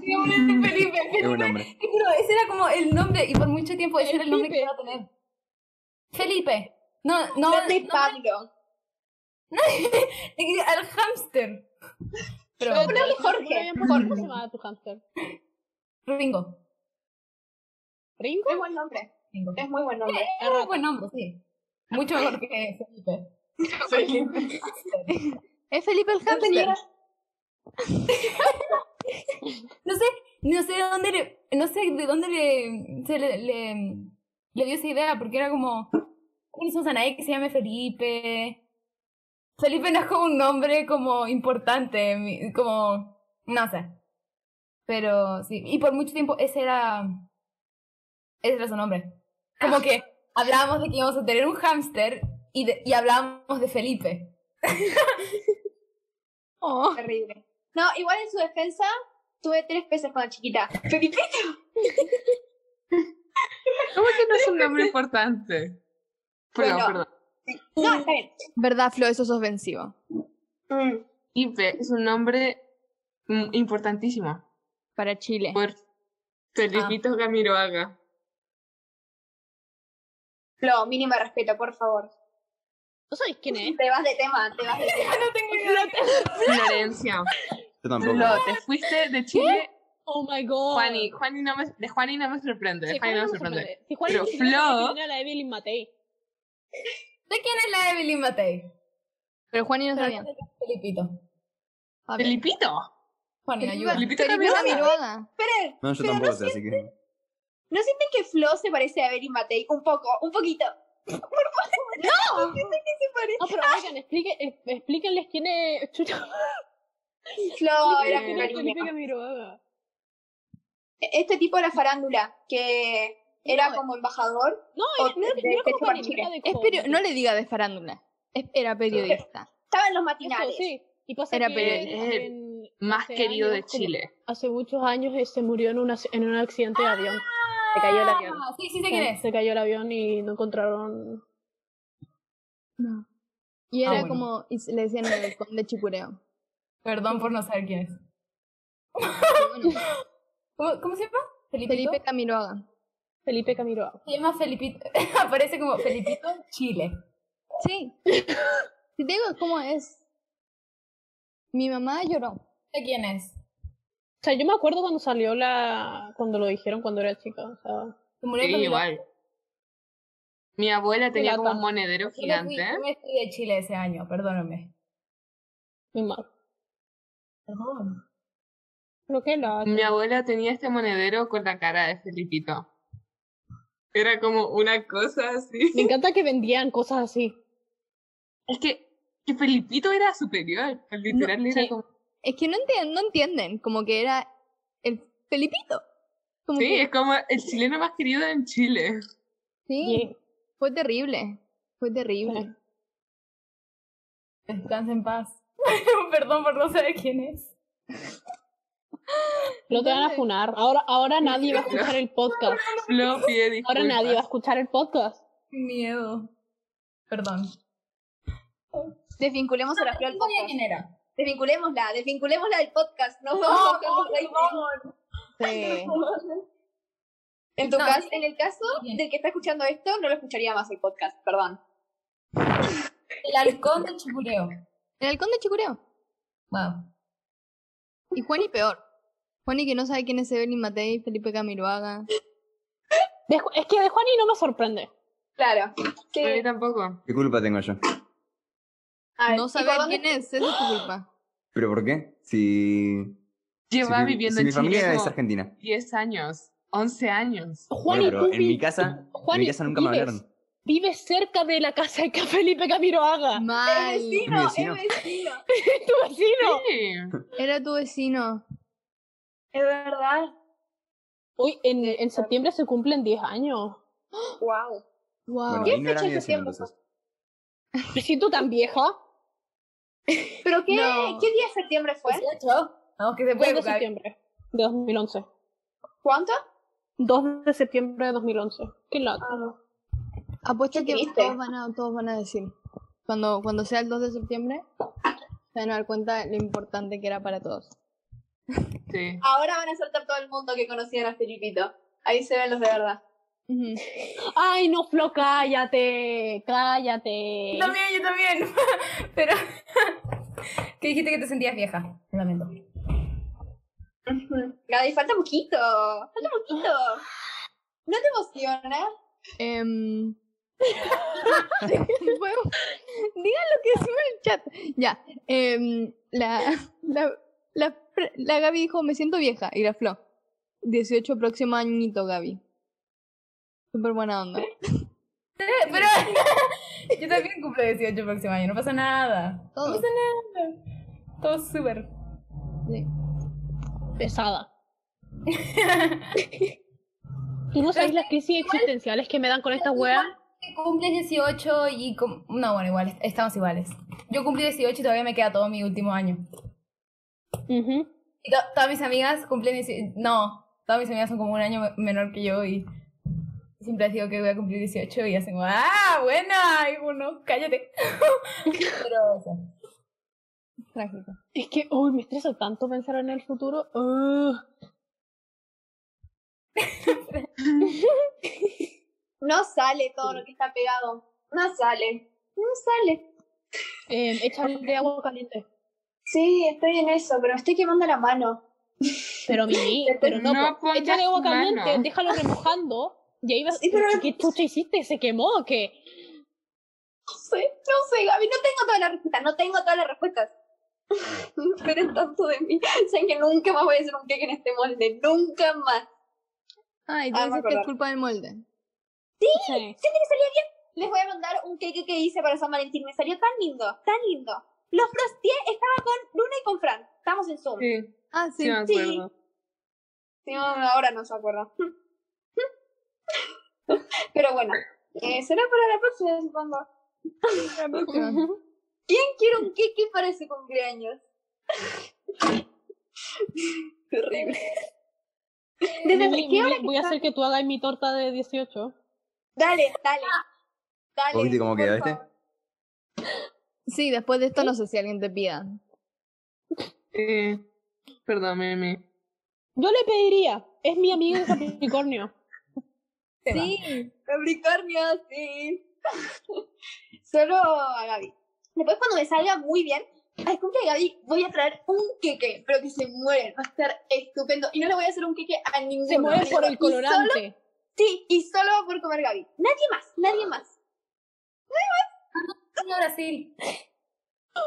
[SPEAKER 4] Quería ponerle Felipe,
[SPEAKER 5] Es un
[SPEAKER 4] Felipe.
[SPEAKER 5] hombre.
[SPEAKER 4] Te juro, ese era como el nombre y por mucho tiempo ese era el nombre que iba a tener. Felipe. No, no,
[SPEAKER 7] No de
[SPEAKER 4] no,
[SPEAKER 7] Pablo.
[SPEAKER 4] le quería- al hámster. Pero
[SPEAKER 2] Pero
[SPEAKER 7] Ponle
[SPEAKER 2] tú-
[SPEAKER 7] Jorge,
[SPEAKER 2] tú le habías puesto- ¿Cómo se llamaba tu hámster?
[SPEAKER 4] Ringo.
[SPEAKER 2] ¿Ringo?
[SPEAKER 7] Es buen nombre.
[SPEAKER 4] Ringo.
[SPEAKER 7] Es muy buen nombre.
[SPEAKER 4] Es un buen nombre, sí. Mucho mejor que Felipe. Felipe.
[SPEAKER 3] Es Felipe el
[SPEAKER 7] Yo
[SPEAKER 3] hámster.
[SPEAKER 7] tenía,
[SPEAKER 4] No sé, no sé de dónde le, no sé de dónde le, se le, le, le dio esa idea, porque era como, ¿cómo le decimos a nadie que se llame Felipe? Felipe no es como un nombre como importante, mi- como, no sé. Pero sí, y por mucho tiempo ese era, ese era su nombre. Como que hablábamos de que íbamos a tener un hámster y, de- y hablábamos de Felipe.
[SPEAKER 3] Oh,
[SPEAKER 7] terrible. No, igual en su defensa, tuve tres peces cuando chiquita. Felipe,
[SPEAKER 1] ¿Cómo que no es un nombre importante? Perdón,
[SPEAKER 7] Bueno.
[SPEAKER 1] perdón.
[SPEAKER 7] No, está bien.
[SPEAKER 3] verdad, Flo, eso es ofensivo.
[SPEAKER 7] Mm.
[SPEAKER 1] Ipe es un nombre mm, importantísimo.
[SPEAKER 3] Para Chile.
[SPEAKER 1] Por Felipito Gamiroaga.
[SPEAKER 7] Flo, mínimo respeto, por favor.
[SPEAKER 2] ¿No sabéis quién es?
[SPEAKER 7] Te vas de tema, te vas de tema.
[SPEAKER 4] No tengo idea.
[SPEAKER 1] Florencia.
[SPEAKER 5] Yo tampoco.
[SPEAKER 1] Flo, te fuiste de Chile.
[SPEAKER 2] Oh my god.
[SPEAKER 1] Juani, Juani no me, de Juani no me sorprende.
[SPEAKER 2] Sí,
[SPEAKER 1] De Juani no me
[SPEAKER 2] me
[SPEAKER 1] sorprende.
[SPEAKER 2] sorprende. Si Juan
[SPEAKER 1] Pero
[SPEAKER 2] ni siquiera sabía
[SPEAKER 1] Flo-
[SPEAKER 2] quién era la Evelyn Matei.
[SPEAKER 4] ¿De quién es la Evelyn Matei?
[SPEAKER 3] Pero Juani no sabía.
[SPEAKER 4] Felipito.
[SPEAKER 3] A ver.
[SPEAKER 1] Felipito.
[SPEAKER 4] Juani, ayuda.
[SPEAKER 1] Felipito
[SPEAKER 3] Felipe
[SPEAKER 1] Gamiroaga.
[SPEAKER 3] Camiroaga.
[SPEAKER 7] Esperen,
[SPEAKER 5] No, yo
[SPEAKER 7] Pero
[SPEAKER 5] tampoco
[SPEAKER 7] no
[SPEAKER 5] sé, así que.
[SPEAKER 7] ¿no sienten que Flo se parece a Evelyn Matei? Un poco, un poquito. Por favor. ¡No! ¿No sienten que se parece?
[SPEAKER 2] No, pero oigan, explique- es- explíquenles quién es. Chucha,
[SPEAKER 7] Flo era
[SPEAKER 2] explíquenles quién es
[SPEAKER 7] mi
[SPEAKER 2] Eh, Felipe
[SPEAKER 7] cariño.
[SPEAKER 2] Camiroaga.
[SPEAKER 7] Este tipo era farándula, que era
[SPEAKER 2] No. eh.
[SPEAKER 7] como embajador.
[SPEAKER 2] No,
[SPEAKER 7] O
[SPEAKER 2] era, no era-
[SPEAKER 7] de-
[SPEAKER 2] no era
[SPEAKER 7] de
[SPEAKER 2] como
[SPEAKER 7] Chupa
[SPEAKER 2] panelista de
[SPEAKER 3] Es
[SPEAKER 2] Coco.
[SPEAKER 3] perio- No le diga de farándula. Es- Era periodista.
[SPEAKER 7] Estaba en los
[SPEAKER 2] Eso,
[SPEAKER 7] matinales.
[SPEAKER 2] sí. Y pasa
[SPEAKER 3] Era
[SPEAKER 2] que
[SPEAKER 1] peri- es el
[SPEAKER 2] en-
[SPEAKER 1] Más
[SPEAKER 2] hace
[SPEAKER 1] querido de
[SPEAKER 2] años, como-
[SPEAKER 1] Chile.
[SPEAKER 2] hace muchos años eh, se murió en, una- en un accidente de
[SPEAKER 1] Ah,
[SPEAKER 2] avión.
[SPEAKER 4] Se
[SPEAKER 6] cayó el avión.
[SPEAKER 4] Ah, Sí, sí sé quién es.
[SPEAKER 2] Se cayó el avión y no encontraron.
[SPEAKER 3] Y
[SPEAKER 4] Ah,
[SPEAKER 3] era
[SPEAKER 4] bueno.
[SPEAKER 3] como, y se- le decían el conde Chicureo.
[SPEAKER 4] Perdón por no saber quién es.
[SPEAKER 3] Pero bueno,
[SPEAKER 4] ¿Cómo, cómo se llama? ¿Felipito?
[SPEAKER 3] Felipe Camiroaga.
[SPEAKER 2] Felipe Camiroaga.
[SPEAKER 4] Se llama Felipito. Aparece como Felipito Chile.
[SPEAKER 3] Sí. Si te digo cómo es. Mi mamá lloró.
[SPEAKER 4] ¿De quién es?
[SPEAKER 2] O sea, yo me acuerdo cuando salió la. cuando lo dijeron cuando era chica. O sea,
[SPEAKER 4] Se murió
[SPEAKER 1] Sí,
[SPEAKER 4] con-
[SPEAKER 1] igual. Mi abuela tenía como
[SPEAKER 2] lata.
[SPEAKER 1] un monedero
[SPEAKER 4] Yo me fui,
[SPEAKER 1] gigante. ¿eh?
[SPEAKER 4] yo me fui de Chile ese año, perdóname.
[SPEAKER 2] muy mal.
[SPEAKER 4] Perdón.
[SPEAKER 2] Pero qué la.
[SPEAKER 1] Mi abuela tenía este monedero con la cara de Felipito. Era como una cosa así.
[SPEAKER 2] Me encanta que vendían cosas así.
[SPEAKER 1] Es que, que Felipito era superior. Literal, era
[SPEAKER 2] sí.
[SPEAKER 1] como.
[SPEAKER 3] Es que no entienden, no entienden, como que era el Felipito. Como
[SPEAKER 1] Sí,
[SPEAKER 3] que-
[SPEAKER 1] es como el chileno más querido en Chile.
[SPEAKER 3] sí, fue terrible, fue terrible.
[SPEAKER 4] Descansa en paz. Perdón por no saber quién es.
[SPEAKER 8] No te van a funar. Ahora, ahora nadie va a escuchar el podcast.
[SPEAKER 1] Lo pide disculpas.
[SPEAKER 8] Ahora nadie va a escuchar el podcast.
[SPEAKER 4] Miedo. Perdón.
[SPEAKER 7] Desvinculemos
[SPEAKER 2] Ah,
[SPEAKER 7] a la flor del
[SPEAKER 4] No sabía
[SPEAKER 7] podcast.
[SPEAKER 4] quién era.
[SPEAKER 7] Desvinculémosla, desvinculémosla del podcast. No,
[SPEAKER 4] No,
[SPEAKER 7] vamos a
[SPEAKER 4] no,
[SPEAKER 7] buscar los ratings.
[SPEAKER 3] Sí.
[SPEAKER 7] En tu
[SPEAKER 4] No,
[SPEAKER 7] caso,
[SPEAKER 4] sí.
[SPEAKER 7] en el caso
[SPEAKER 4] Bien.
[SPEAKER 7] del que está escuchando esto, no lo escucharía más el podcast, perdón.
[SPEAKER 4] El halcón del chipureo.
[SPEAKER 3] El halcón de Chicureo.
[SPEAKER 4] Wow.
[SPEAKER 3] Y Juani peor. Juani que no sabe quién es Evelyn Matei, Felipe Camiroaga.
[SPEAKER 8] De Ju- es que de Juani no me sorprende.
[SPEAKER 1] A
[SPEAKER 7] Claro.
[SPEAKER 1] mí tampoco.
[SPEAKER 5] ¿Qué culpa tengo yo?
[SPEAKER 3] No saber quién es, esa es tu culpa.
[SPEAKER 5] ¿Pero por qué? Si.
[SPEAKER 1] Lleva
[SPEAKER 5] si mi-
[SPEAKER 1] viviendo
[SPEAKER 5] si
[SPEAKER 1] en Chile
[SPEAKER 5] mi familia es
[SPEAKER 1] como
[SPEAKER 5] argentina.
[SPEAKER 1] 10 años, 11 años.
[SPEAKER 8] Juani,
[SPEAKER 5] Bueno,
[SPEAKER 8] tú
[SPEAKER 5] pero en mi
[SPEAKER 8] vi-
[SPEAKER 5] casa. En
[SPEAKER 8] Juani,
[SPEAKER 5] mi casa
[SPEAKER 8] tú
[SPEAKER 5] nunca me
[SPEAKER 8] vives-
[SPEAKER 5] hablaron.
[SPEAKER 8] Vives cerca de la casa de que Felipe Camiroaga.
[SPEAKER 3] Mal.
[SPEAKER 7] Es
[SPEAKER 5] Es mi
[SPEAKER 7] vecino,
[SPEAKER 5] vecino.
[SPEAKER 7] es vecino.
[SPEAKER 8] tu vecino.
[SPEAKER 1] Sí.
[SPEAKER 3] Era tu vecino.
[SPEAKER 7] Es verdad.
[SPEAKER 8] Hoy en, en septiembre se cumplen 10 años.
[SPEAKER 7] Wow.
[SPEAKER 3] Wow.
[SPEAKER 5] Bueno, ahí no era
[SPEAKER 7] fecha
[SPEAKER 5] mi
[SPEAKER 7] es
[SPEAKER 5] vecino
[SPEAKER 7] septiembre?
[SPEAKER 5] entonces.
[SPEAKER 8] Me siento tan vieja.
[SPEAKER 7] ¿Pero qué,
[SPEAKER 3] No.
[SPEAKER 7] qué día de septiembre fue?
[SPEAKER 4] 18. No, que se puede
[SPEAKER 8] 2 de
[SPEAKER 4] buscar.
[SPEAKER 8] septiembre de 2011.
[SPEAKER 7] ¿Cuánto?
[SPEAKER 8] 2 de septiembre de 2011. Qué loco.
[SPEAKER 3] Apuesto
[SPEAKER 7] Qué
[SPEAKER 3] que
[SPEAKER 7] triste.
[SPEAKER 3] todos van, a, todos van a decir. Cuando, cuando sea el 2 de septiembre, se van a dar cuenta lo importante que era para todos.
[SPEAKER 1] Sí.
[SPEAKER 7] Ahora van a saltar todo el mundo que conocían a Felipito. Ahí se ven los de verdad.
[SPEAKER 3] Ujú.
[SPEAKER 8] Ay, no, Flo, cállate. Cállate.
[SPEAKER 4] Yo también, yo también. Pero. que dijiste que te sentías vieja. Lo lamento.
[SPEAKER 7] Gaby, falta poquito. Falta poquito. ¿No te emociona?
[SPEAKER 3] Em, bueno, digan lo que decimos en el chat. Ya. em, la, la, la, Fre- la Gaby dijo, me siento vieja. Y la Flo. 18 próximo añito, Gaby. Súper buena onda.
[SPEAKER 4] Eh, Pero. yo también cumplo 18 el próximo año. No pasa nada.
[SPEAKER 3] Todos.
[SPEAKER 4] No pasa nada. Todo súper.
[SPEAKER 3] Sí.
[SPEAKER 8] Pesada. Tú no sabes las crisis existenciales que me dan con esta wea.
[SPEAKER 4] Que Cumples 18 y. cum- No, bueno, igual. Estamos iguales. Yo cumplí 18 y todavía me queda todo mi último año.
[SPEAKER 8] Ujú.
[SPEAKER 4] Y to- todas mis amigas cumplen. 18 No, todas mis amigas son como un año me- menor que yo y siempre les digo que voy a cumplir 18 y hacen como, ¡ah, buena! Y uno, cállate. Pero, o sea,
[SPEAKER 3] Trágico.
[SPEAKER 8] Es que, uy, me estresa tanto pensar en el futuro. Ugh.
[SPEAKER 7] No sale todo lo que está pegado. No sale. No sale.
[SPEAKER 8] Eh, échale agua caliente.
[SPEAKER 7] Sí, estoy en eso, pero me estoy quemando la mano.
[SPEAKER 8] Pero mi, pero no,
[SPEAKER 1] No
[SPEAKER 8] po.
[SPEAKER 1] pongas
[SPEAKER 8] échale agua
[SPEAKER 1] tu mano.
[SPEAKER 8] caliente, déjalo remojando. Y ahí vas.
[SPEAKER 7] Sí, pero-
[SPEAKER 8] ¿Qué chucha hiciste? ¿Se quemó o qué?
[SPEAKER 7] No sé, no sé, Gaby, no tengo todas las respuestas, no tengo todas las respuestas. No Esperen tanto de mí. Saben que nunca más voy a hacer un cake en este molde, nunca más.
[SPEAKER 3] Ay, tú
[SPEAKER 7] Ah, me
[SPEAKER 3] dices que
[SPEAKER 7] acordé.
[SPEAKER 3] es culpa del molde.
[SPEAKER 8] Sí.
[SPEAKER 7] Les voy a mandar un cake que hice para San Valentín, me salió tan lindo, tan lindo. Los frosteé, estaba con Luna y con Fran, estamos en Zoom.
[SPEAKER 1] Sí,
[SPEAKER 3] Ah, sí.
[SPEAKER 1] sí me
[SPEAKER 7] sí.
[SPEAKER 1] acuerdo.
[SPEAKER 7] Sí, no, no, ahora no se acuerda. Pero bueno, eh, será para la próxima, supongo. ¿Quién quiere un queque para ese cumpleaños? Terrible. Desde
[SPEAKER 8] Voy-
[SPEAKER 7] ¿qué hora
[SPEAKER 8] voy, voy a hacer que tú hagas mi torta de 18.
[SPEAKER 7] Dale, dale. Dale.
[SPEAKER 5] ¿Vos viste cómo
[SPEAKER 7] por
[SPEAKER 5] queda este?
[SPEAKER 7] favor.
[SPEAKER 3] Sí, después de esto no sé si alguien te pida.
[SPEAKER 1] Eh, perdón, meme.
[SPEAKER 8] Yo le pediría. Es mi amiga de Capricornio.
[SPEAKER 4] se va.
[SPEAKER 7] Sí, Capricornio, sí. Solo a Gaby. Después cuando me salga muy bien, al cumple de Gaby voy a traer un queque, pero que se mueren, va a estar estupendo. Y no le voy a hacer un queque a ninguno.
[SPEAKER 8] Se mueve por
[SPEAKER 7] Y
[SPEAKER 8] el
[SPEAKER 7] solo-
[SPEAKER 8] colorante.
[SPEAKER 7] sí, y solo va por comer Gaby. Nadie más, nadie más.
[SPEAKER 4] Vamos a Brasil.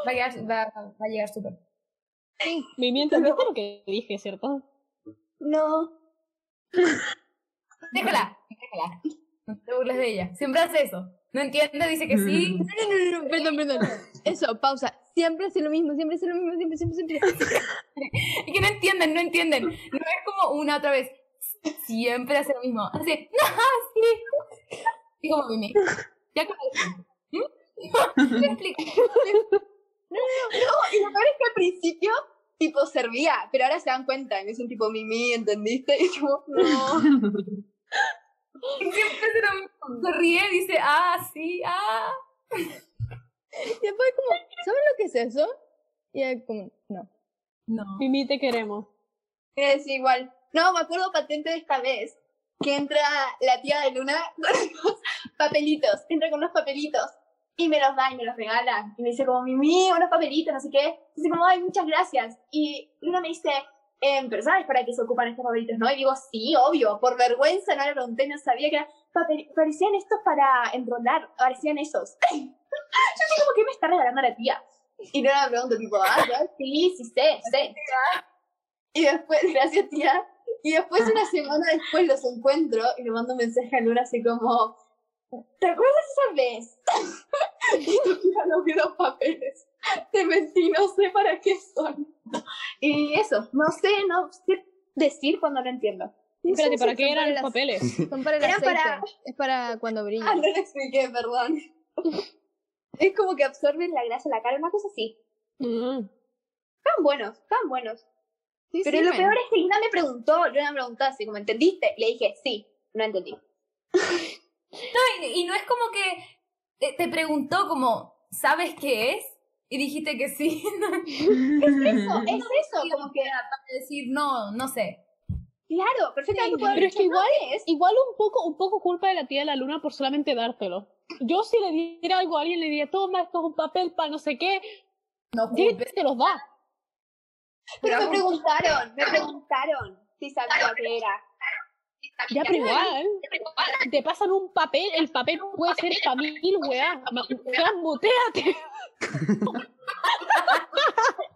[SPEAKER 4] Va a, llegar, va, va a llegar súper.
[SPEAKER 8] Me mientes, ¿viste lo que dije, cierto?
[SPEAKER 7] No.
[SPEAKER 4] Déjala, déjala. No te burles de ella. Siempre hace eso. No entiende, dice que sí.
[SPEAKER 3] No, no, no, no, perdón, perdón. Eso, pausa. Siempre es lo mismo, siempre es lo mismo, siempre, siempre, siempre.
[SPEAKER 4] Y que no entienden, no entienden. No es como una otra vez. Siempre hace lo mismo. Hace, no, sí. Y como vine. Ya como. ¿Mm? Te explico.
[SPEAKER 7] Y lo peor es que al principio, tipo, servía, pero ahora se dan cuenta. Y me dicen, tipo, Mimi, ¿entendiste? Y yo, no.
[SPEAKER 4] Siempre hace lo mismo. Se ríe, dice, ah, sí, ah.
[SPEAKER 3] Y después como, ¿sabes lo que es eso? Y él como, no.
[SPEAKER 4] No.
[SPEAKER 8] Mimi, te queremos.
[SPEAKER 7] Es igual. No, me acuerdo patente de esta vez. Que entra la tía de Luna con unos papelitos. Entra con unos papelitos. Y me los da y me los regala. Y me dice como, Mimi, unos papelitos, no sé qué. Y dice como, ay, muchas gracias. Y Luna me dice, em, pero ¿sabes para qué se ocupan estos papelitos, no? Y digo, sí, obvio. Por vergüenza no le pregunté, no sabía que eran papel- Parecían estos para enrolar. Parecían esos. Yo sé como, ¿qué me está regalando la tía? Y Luna me pregunta tipo, ah, yo sí, sí sé, sé. Y después, gracias tía. Y después, una semana después, los encuentro y le mando un mensaje a Luna así como, ¿te acuerdas esa vez? y tú mira, no vi los papeles. Te mentí, no sé para qué son. Y eso, no sé, no sé decir cuando no entiendo.
[SPEAKER 8] Espérate, ¿para qué
[SPEAKER 3] son para
[SPEAKER 8] eran los
[SPEAKER 3] las-
[SPEAKER 8] papeles?
[SPEAKER 3] Son para el
[SPEAKER 7] Era
[SPEAKER 3] aceite.
[SPEAKER 7] para-
[SPEAKER 3] Es para cuando brilla.
[SPEAKER 7] Ah, no lo expliqué, perdón. es como que absorben la grasa de la cara, una cosa así.
[SPEAKER 8] Mm.
[SPEAKER 7] Tan buenos, tan buenos.
[SPEAKER 3] Sí,
[SPEAKER 7] Pero
[SPEAKER 3] sí,
[SPEAKER 7] lo
[SPEAKER 3] men.
[SPEAKER 7] peor es que Luna me preguntó, Luna me preguntó así como, ¿entendiste? Y le dije, sí, no entendí.
[SPEAKER 4] No, y, y no es como que te, te preguntó como, ¿sabes qué es? Y dijiste que sí.
[SPEAKER 7] Eso, es eso, como que,
[SPEAKER 4] decir, no, no sé.
[SPEAKER 7] claro, perfectamente. puedo haber
[SPEAKER 8] Pero es
[SPEAKER 7] dicho,
[SPEAKER 8] que
[SPEAKER 7] "No,
[SPEAKER 8] igual,
[SPEAKER 7] ¿qué es?".
[SPEAKER 8] igual un poco, un poco culpa de la tía de la luna por solamente dártelo. Yo si le diera algo a alguien, le diría, toma, esto es un papel para no sé qué,
[SPEAKER 4] No
[SPEAKER 8] y
[SPEAKER 4] culpes.
[SPEAKER 8] te los da.
[SPEAKER 7] Pero me preguntaron, me preguntaron si sabía qué era.
[SPEAKER 8] Ya, pero igual, te pasan un papel, el papel puede ser para mil weá. Ma- Gamboteate. Fran,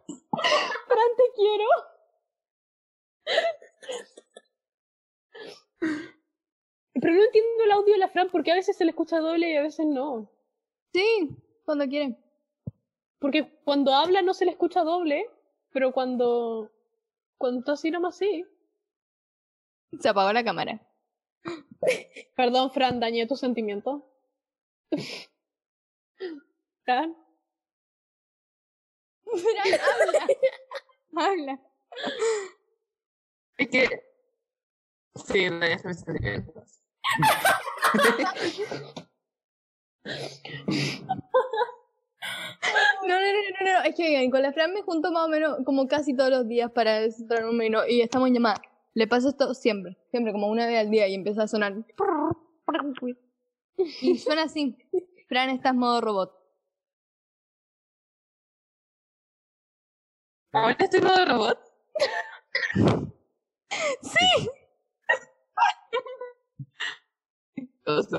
[SPEAKER 8] te quiero. Pero no entiendo el audio de la Fran porque a veces se le escucha doble y a veces no.
[SPEAKER 3] Sí, cuando quieren.
[SPEAKER 8] Porque cuando habla no se le escucha doble, pero cuando. Cuando está así nomás sí.
[SPEAKER 3] Se apagó la cámara.
[SPEAKER 8] Perdón, Fran, dañé tu sentimiento. Fran.
[SPEAKER 3] Habla.
[SPEAKER 1] Es que. Sí, dañaste mis sentimientos.
[SPEAKER 3] No, no, no, no, no, no, Es que oigan, con la Fran me junto más o menos como casi todos los días para descifrar un menú y estamos en llamada. Le pasa esto siempre, siempre, como una vez al día y empieza a sonar. Y suena así. Fran, estás modo robot.
[SPEAKER 1] Ahora estoy modo robot. sí. Oso.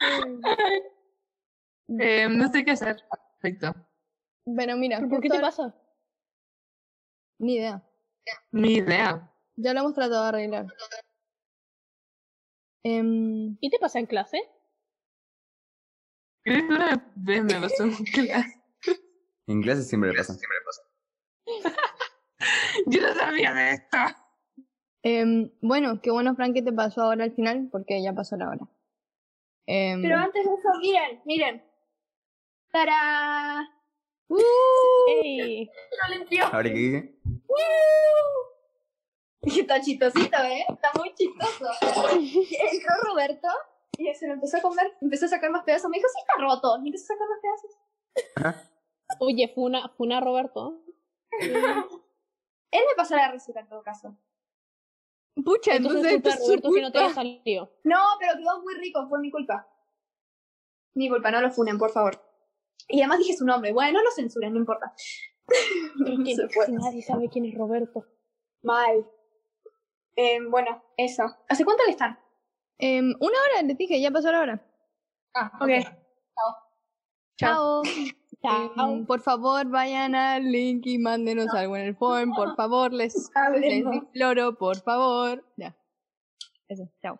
[SPEAKER 1] Ay. Em, no sé qué hacer. Perfecto.
[SPEAKER 3] Pero mira,
[SPEAKER 8] ¿Por
[SPEAKER 3] justo
[SPEAKER 8] qué te
[SPEAKER 3] ahora-
[SPEAKER 8] pasa?
[SPEAKER 3] Ni idea.
[SPEAKER 1] Ni idea.
[SPEAKER 3] Ya lo hemos tratado de arreglar. Em,
[SPEAKER 8] ¿Y te pasa en clase?
[SPEAKER 1] Creo que una vez me pasó un clase.
[SPEAKER 5] En clase siempre le pasa.
[SPEAKER 1] Yo no sabía de esto.
[SPEAKER 3] em, bueno, qué bueno, Fran, que te pasó ahora al final, porque ya pasó la hora. Em,
[SPEAKER 7] Pero antes de eso, miren, miren. Para.
[SPEAKER 8] ¡Ey!
[SPEAKER 4] Lo limpió.
[SPEAKER 5] ¿Ahora qué dije?
[SPEAKER 7] Está chistosito, ¿eh? Está muy chistoso. Entró Roberto y se lo empezó a comer, empezó a sacar más pedazos. Me dijo, sí, está roto. Y empezó a sacar más pedazos.
[SPEAKER 8] Oye, Funa, Funa Roberto.
[SPEAKER 7] Él me pasó la receta en todo caso.
[SPEAKER 3] pucha,
[SPEAKER 8] Entonces,
[SPEAKER 3] entonces,
[SPEAKER 8] culpa de
[SPEAKER 3] esto es su
[SPEAKER 8] Roberto que no te haya
[SPEAKER 3] culpa.
[SPEAKER 8] salido.
[SPEAKER 7] No, pero quedó muy rico, fue mi culpa. Mi culpa, no lo funen, por favor. Y además dije su nombre. Bueno, no lo censuren, no importa. Se fue.
[SPEAKER 8] Nadie sabe quién es Roberto.
[SPEAKER 7] Mal. Eh, bueno, eso. ¿Hace cuánto le están?
[SPEAKER 3] Em, una hora, les dije, ya pasó la hora.
[SPEAKER 7] Ah, ok.
[SPEAKER 3] Chao.
[SPEAKER 8] Chao.
[SPEAKER 3] Em, por favor, vayan al link y mándenos algo en el form, por favor, les, les
[SPEAKER 7] Hablemos.
[SPEAKER 3] imploro, por favor. Ya.
[SPEAKER 7] Eso, chao.